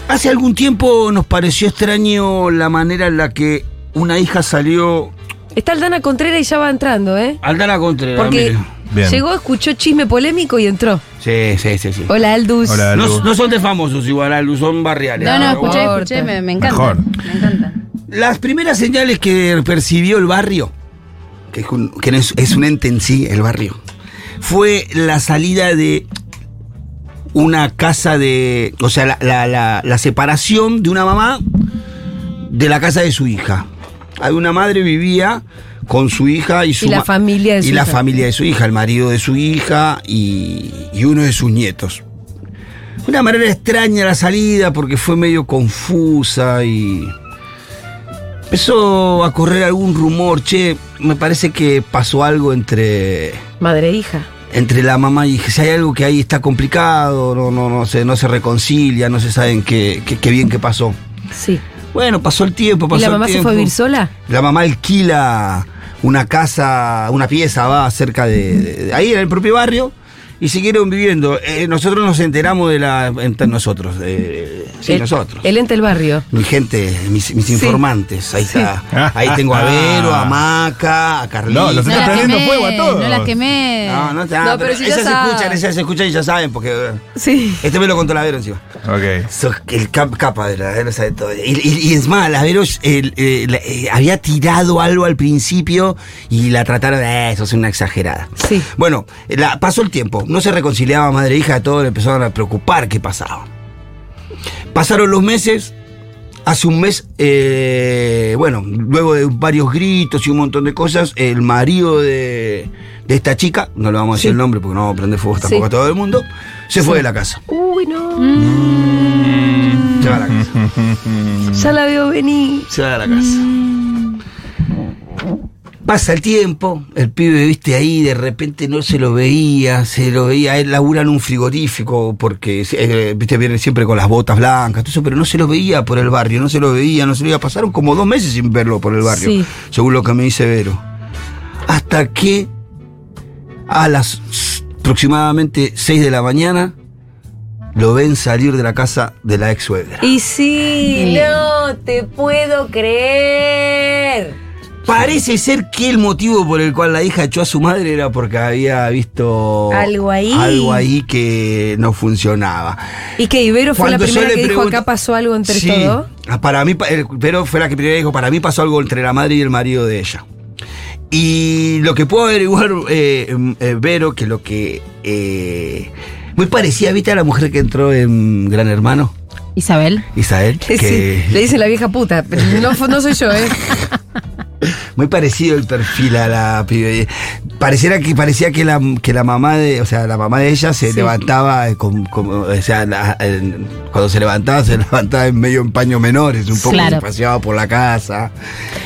Speaker 3: hace algún tiempo nos pareció extraño la manera en la que una hija salió.
Speaker 1: Está Aldana Contreras y ya va entrando, ¿eh?
Speaker 3: Aldana Contreras.
Speaker 1: Porque
Speaker 3: Ah, mire.
Speaker 1: llegó, escuchó chisme polémico y entró.
Speaker 3: Sí, sí, sí, sí.
Speaker 1: Hola, Aldus.
Speaker 3: No, no son de famosos igual, Aldu, son barriales.
Speaker 1: No, no, escuché,
Speaker 3: Bueno,
Speaker 1: escuché, me- me encanta.
Speaker 3: Mejor. Las primeras señales que percibió el barrio, que es un, que es, es un ente en sí, el barrio, fue la salida de una casa de. O sea, la, la- la- la separación de una mamá de la casa de su hija. Hay Una madre vivía con su hija y su
Speaker 1: Y la
Speaker 3: ma-
Speaker 1: familia de su
Speaker 3: y la
Speaker 1: hija.
Speaker 3: familia de su hija, el marido de su hija y, y uno de sus nietos. Fue Una manera extraña la salida porque fue medio confusa y empezó a correr algún rumor, che, me parece que pasó algo entre
Speaker 1: Madre e hija.
Speaker 3: entre la mamá y hija. si hay algo que ahí está complicado, no no no se no se reconcilia, no se saben qué qué, qué bien que pasó.
Speaker 1: Sí.
Speaker 3: Bueno, pasó el tiempo, pasó
Speaker 1: ¿Y la
Speaker 3: el
Speaker 1: mamá se
Speaker 3: tiempo.
Speaker 1: fue a vivir sola?
Speaker 3: La mamá alquila una casa, una pieza, va cerca de, de- de- ahí en el propio barrio y siguieron viviendo. Eh, nosotros nos enteramos de la entre nosotros, eh, sí,
Speaker 1: el,
Speaker 3: nosotros.
Speaker 1: El ente del barrio.
Speaker 3: Mi gente, mis, mis
Speaker 1: Sí.
Speaker 3: informantes, ahí está.
Speaker 2: *laughs*
Speaker 3: Ahí tengo a Vero, a Maca, a Carlita.
Speaker 2: Ah. No, los estás No la prendiendo quemé, fuego a todos. no la
Speaker 10: quemé.
Speaker 3: No, no, te-
Speaker 10: No,
Speaker 3: ah,
Speaker 10: pero
Speaker 3: pero
Speaker 10: si ya
Speaker 3: esas se
Speaker 10: saben.
Speaker 3: escuchan, esas se escuchan y ya saben porque...
Speaker 1: Sí.
Speaker 3: Este me lo contó la Vero encima.
Speaker 2: Ok.
Speaker 3: Sos el cap- capa de la Vero sabe todo. Y, y- y es más, la Vero el, eh, la- eh, había tirado algo al principio y la trataron de eso, es una exagerada.
Speaker 1: Sí.
Speaker 3: Bueno, la- pasó el tiempo, no se reconciliaba madre e hija, todos le empezaron a preocupar qué pasaba. Pasaron los meses, hace un mes, eh, bueno, luego de varios gritos y un montón de cosas, el marido de, de esta chica, no le vamos a decir el nombre porque no vamos a prender fuego tampoco
Speaker 1: Sí.
Speaker 3: a todo el mundo, se fue de la casa.
Speaker 1: Uy, no.
Speaker 3: Mm. Se va a la casa.
Speaker 1: Ya la veo venir.
Speaker 3: Se va a la casa. Pasa el tiempo, el pibe, viste, ahí de repente no se lo veía, se lo veía, a él labura en un frigorífico, porque, eh, viste, viene siempre con las botas blancas, todo eso, pero no se lo veía por el barrio, no se lo veía, no se lo veía. Pasaron como dos meses sin verlo por el barrio,
Speaker 1: Sí.
Speaker 3: según lo que me dice Vero. Hasta que a las s- aproximadamente 6 de la mañana lo ven salir de la casa de la ex suegra.
Speaker 1: Y sí, no te puedo creer.
Speaker 3: Parece ser que el motivo por el cual la hija echó a su madre era porque había visto
Speaker 1: Algo ahí.
Speaker 3: algo ahí que no funcionaba.
Speaker 1: ¿Y que Ibero fue la
Speaker 3: Cuando yo
Speaker 1: primera
Speaker 3: le
Speaker 1: que dijo
Speaker 3: pregunto-
Speaker 1: acá pasó algo entre
Speaker 3: Sí,
Speaker 1: todo?
Speaker 3: ah, para mí, pa- el- pero fue la que primero dijo, para mí pasó algo entre la madre y el marido de ella. Y lo que puedo averiguar, eh, em, eh, Vero, que lo que... eh, muy parecía, ¿viste a la mujer que entró en Gran Hermano?
Speaker 10: Isabel.
Speaker 3: Isabel, que
Speaker 1: Sí, le dice la vieja puta. pero No, fu- no soy yo, ¿eh?
Speaker 3: Muy parecido el perfil a la pibe. Pareciera que parecía que la, que la mamá de, o sea, la mamá de ella se
Speaker 1: Sí.
Speaker 3: levantaba eh, con, con- o sea, la- en- cuando se levantaba, se *laughs* levantaba en medio en paños menores, un poco
Speaker 1: Claro.
Speaker 3: se paseaba por la casa.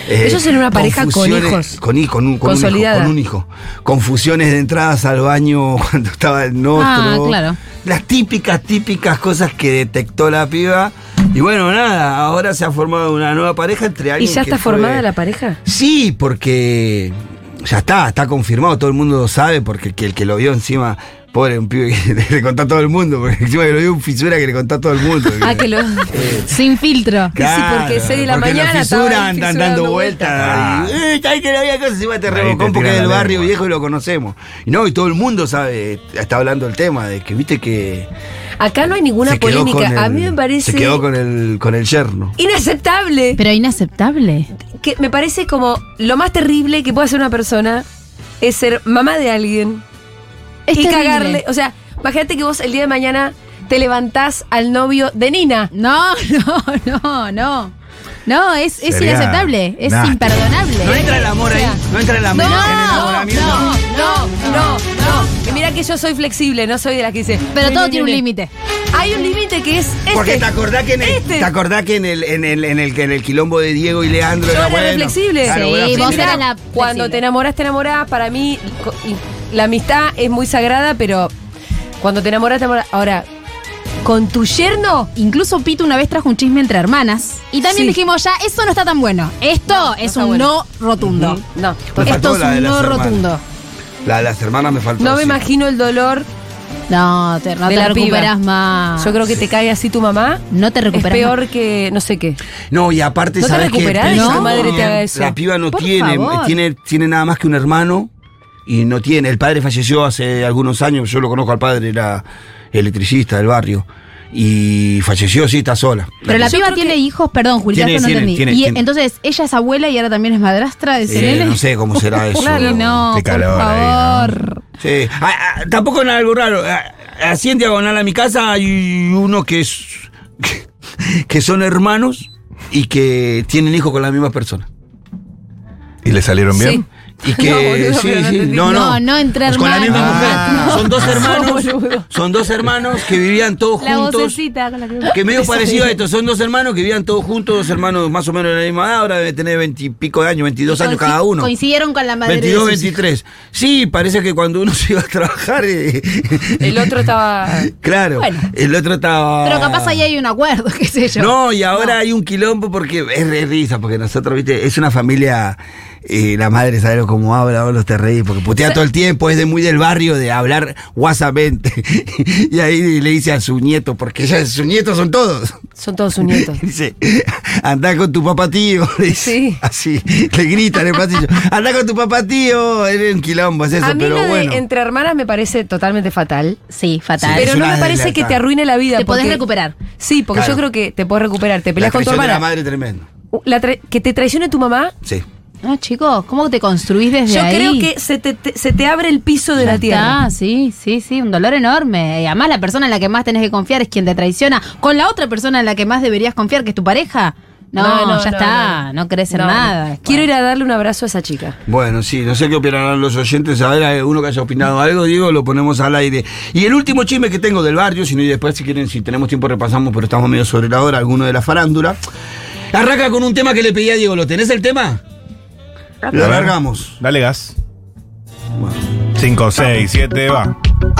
Speaker 3: Eh,
Speaker 1: Ellos eran una pareja con
Speaker 3: confusiones-
Speaker 1: hijos.
Speaker 3: Con, hij- con un, con un hijo,
Speaker 1: Consolidada.
Speaker 3: con un hijo. Confusiones de entradas al baño *laughs* cuando estaba el otro.
Speaker 10: Ah, claro.
Speaker 3: Las típicas, típicas cosas que detectó la piba. Y bueno, nada, ahora se ha formado una nueva pareja entre
Speaker 1: ¿Y
Speaker 3: *laughs* alguien
Speaker 1: ya
Speaker 3: que
Speaker 1: está
Speaker 3: fue-
Speaker 1: formada la pareja?
Speaker 3: Sí, porque ya está, está confirmado, todo el mundo lo sabe, porque el que, el que lo vio encima, pobre, un pibe que *laughs* le contó a todo el mundo, porque encima que lo vio un fisura que le contó a todo el mundo.
Speaker 10: Ah,
Speaker 1: *laughs*
Speaker 10: que lo. Sin filtro.
Speaker 3: Claro, porque los
Speaker 10: estaba
Speaker 3: fisuras
Speaker 10: el
Speaker 3: andan
Speaker 10: fisura
Speaker 3: dando
Speaker 10: dando
Speaker 3: vueltas.
Speaker 10: vueltas.
Speaker 3: Ay, ay, "Eh, que no había cosas, encima Ah. te
Speaker 10: Ahí te
Speaker 3: revocó porque
Speaker 10: tiran
Speaker 3: es del
Speaker 10: la
Speaker 3: barrio
Speaker 10: lengua.
Speaker 3: viejo y lo conocemos. Y no, y todo el mundo sabe, está hablando el tema de que viste que
Speaker 1: Acá no hay ninguna
Speaker 3: se quedó
Speaker 1: polémica.
Speaker 3: con
Speaker 1: A
Speaker 3: el-
Speaker 1: mí me parece
Speaker 3: se quedó con el con el yerno.
Speaker 1: inaceptable.
Speaker 10: Pero inaceptable.
Speaker 1: Que me parece como lo más terrible que puede hacer una persona es ser mamá de alguien
Speaker 10: Es
Speaker 1: y
Speaker 10: terrible.
Speaker 1: cagarle. O sea, imagínate que vos el día de mañana te levantás al novio de Nina.
Speaker 10: No, *laughs* no, no, no. No, es, es
Speaker 3: Sería
Speaker 10: inaceptable. Es
Speaker 3: nasty.
Speaker 10: imperdonable.
Speaker 3: No entra el amor ahí, no entra el amor.
Speaker 10: No,
Speaker 3: en el enamoramiento.
Speaker 10: no, no, no.
Speaker 1: Y mira que yo soy flexible, no soy de las que dice.
Speaker 10: Pero todo tiene un límite.
Speaker 1: Hay un límite que es este.
Speaker 3: Porque te acordás que en el,
Speaker 1: Este.
Speaker 3: te acordás que en el, en el, en el, que en el quilombo de Diego y Leandro
Speaker 1: Yo
Speaker 3: era
Speaker 1: era
Speaker 3: bueno.
Speaker 1: reflexible.
Speaker 3: Claro, bueno, flexible.
Speaker 1: Mira, Cuando te enamorás, te enamorás. Para mí, co- y la amistad es muy sagrada, pero cuando te enamorás, te enamorás. Ahora, con tu yerno.
Speaker 10: Incluso Pito una vez trajo un chisme entre hermanas. Y también
Speaker 1: Sí.
Speaker 10: dijimos ya, eso no está tan bueno. Esto es un no rotundo.
Speaker 1: No.
Speaker 3: Pues
Speaker 10: Esto
Speaker 3: faltó
Speaker 10: es
Speaker 3: la de
Speaker 10: un
Speaker 3: las
Speaker 10: no
Speaker 3: hermanas.
Speaker 10: rotundo.
Speaker 3: La de las hermanas me faltó.
Speaker 1: No me
Speaker 3: sí.
Speaker 1: imagino el dolor.
Speaker 10: No, te, no
Speaker 1: De
Speaker 10: te
Speaker 1: la piba.
Speaker 10: recuperas más.
Speaker 1: Yo creo que te cae así tu mamá.
Speaker 10: Ah, No te
Speaker 1: Es
Speaker 10: recuperas
Speaker 1: peor que no sé qué.
Speaker 3: No, y aparte,
Speaker 1: ¿No te
Speaker 3: ¿sabes qué?
Speaker 1: recuperás de que tu
Speaker 3: Pensando
Speaker 1: madre te
Speaker 3: bien,
Speaker 1: haga eso?
Speaker 3: La piba no
Speaker 1: Por
Speaker 3: tiene, eh,
Speaker 1: favor.
Speaker 3: tiene, tiene nada más que un hermano y no tiene. El padre falleció hace algunos años, yo lo conozco al padre, era electricista del barrio. Y falleció, sí, está sola.
Speaker 10: Pero la piba tiene hijos, perdón, Julián,
Speaker 3: Tiene,
Speaker 10: esto no
Speaker 3: tiene,
Speaker 10: entendí.
Speaker 3: tiene,
Speaker 10: y
Speaker 3: tiene.
Speaker 10: entonces ella es abuela y ahora también es madrastra de
Speaker 3: Eh,
Speaker 10: Selene.
Speaker 3: no sé cómo
Speaker 10: *laughs*
Speaker 3: será eso.
Speaker 10: Claro, no,
Speaker 3: Qué calor
Speaker 10: por
Speaker 3: ahí,
Speaker 10: favor.
Speaker 3: Sí. Ah, ah, tampoco es algo raro. Ah, Así en diagonal a mi casa hay uno que es. *laughs* que son hermanos y que tienen hijos con la misma persona.
Speaker 2: ¿Y le salieron bien?
Speaker 3: Y que.
Speaker 2: No, boludo,
Speaker 3: sí,
Speaker 2: pero no
Speaker 3: sí,
Speaker 2: entendí.
Speaker 3: no, no.
Speaker 10: No, no, entre
Speaker 3: Pues con la misma
Speaker 10: hermanos.
Speaker 3: mujer.
Speaker 10: Ah.
Speaker 3: Son dos hermanos. son dos hermanos que vivían todos
Speaker 10: La
Speaker 3: juntos.
Speaker 10: vocecita con la que...
Speaker 3: Que
Speaker 10: *laughs*
Speaker 3: medio parecido a este, esto, son dos hermanos que vivían todos juntos, dos hermanos más o menos de la misma edad, ahora debe tener veintipico de años, veintidós años
Speaker 10: Coinci-
Speaker 3: cada uno.
Speaker 10: Coincidieron con la madre de
Speaker 3: 22,
Speaker 10: sus hijos.
Speaker 3: 23. Sí, parece que cuando uno *laughs* se iba a trabajar, eh,
Speaker 1: El otro
Speaker 3: *laughs*
Speaker 1: estaba.
Speaker 3: claro,
Speaker 10: Bueno.
Speaker 3: el otro estaba...
Speaker 1: Ah.
Speaker 10: Pero capaz ahí hay un acuerdo, *laughs* qué sé yo.
Speaker 3: No, y ahora hay un quilombo porque es re risa, porque nosotros, viste, es una familia, eh, la madre sabe cómo habla, vos los te reís, porque putea todo el tiempo, es de muy del barrio de hablar guasamente. *laughs* y ahí le dice a su nieto, porque ya sus nietos son todos.
Speaker 1: Son todos sus nietos.
Speaker 3: *laughs* Dice, andá con tu papá tío. *laughs* le dice. Así, le gritan en el pasillo. Andá con tu papá tío. Eres un quilombo, es eso,
Speaker 1: a mí
Speaker 3: pero
Speaker 1: lo
Speaker 3: bueno.
Speaker 1: de entre hermanas me parece totalmente fatal.
Speaker 10: Sí,
Speaker 3: fatal. Sí,
Speaker 1: pero
Speaker 3: es
Speaker 1: no
Speaker 3: una
Speaker 1: me parece que
Speaker 3: deslealtad.
Speaker 1: te arruine la vida.
Speaker 10: Te podés
Speaker 1: porque-
Speaker 10: recuperar.
Speaker 1: Sí, porque
Speaker 3: Claro.
Speaker 1: yo creo que te podés recuperar. Te
Speaker 3: la
Speaker 1: peleas con tu
Speaker 3: traición de la
Speaker 1: hermana.
Speaker 3: madre tremendo.
Speaker 1: La tra- que te traicione tu mamá.
Speaker 3: Sí.
Speaker 10: No, chicos, ¿cómo te construís desde
Speaker 1: Yo
Speaker 10: ahí?
Speaker 1: creo que se te, te- se te abre el piso de la tierra.
Speaker 10: Ah, sí, sí, sí, un dolor enorme. Y además la persona en la que más tenés que confiar es quien te traiciona. Con la otra persona en la que más deberías confiar, que es tu pareja. No,
Speaker 1: No, no,
Speaker 10: ya
Speaker 1: no,
Speaker 10: está,
Speaker 1: no.
Speaker 10: no, crees en
Speaker 1: No, no.
Speaker 10: nada.
Speaker 1: Quiero ir a darle un abrazo a esa chica.
Speaker 3: Bueno, sí, no sé qué opinarán los oyentes. A ver, hay uno que haya opinado algo, Diego, lo ponemos al aire. Y el último chisme que tengo del barrio, si no, y después, si quieren, si tenemos tiempo, repasamos, pero estamos medio sobre la hora, alguno de la farándula. Arranca con un tema que le pedí a Diego. ¿Lo tenés el tema? Lo
Speaker 2: A ver,
Speaker 3: alargamos.
Speaker 2: Dale gas. 5, 6, 7, va.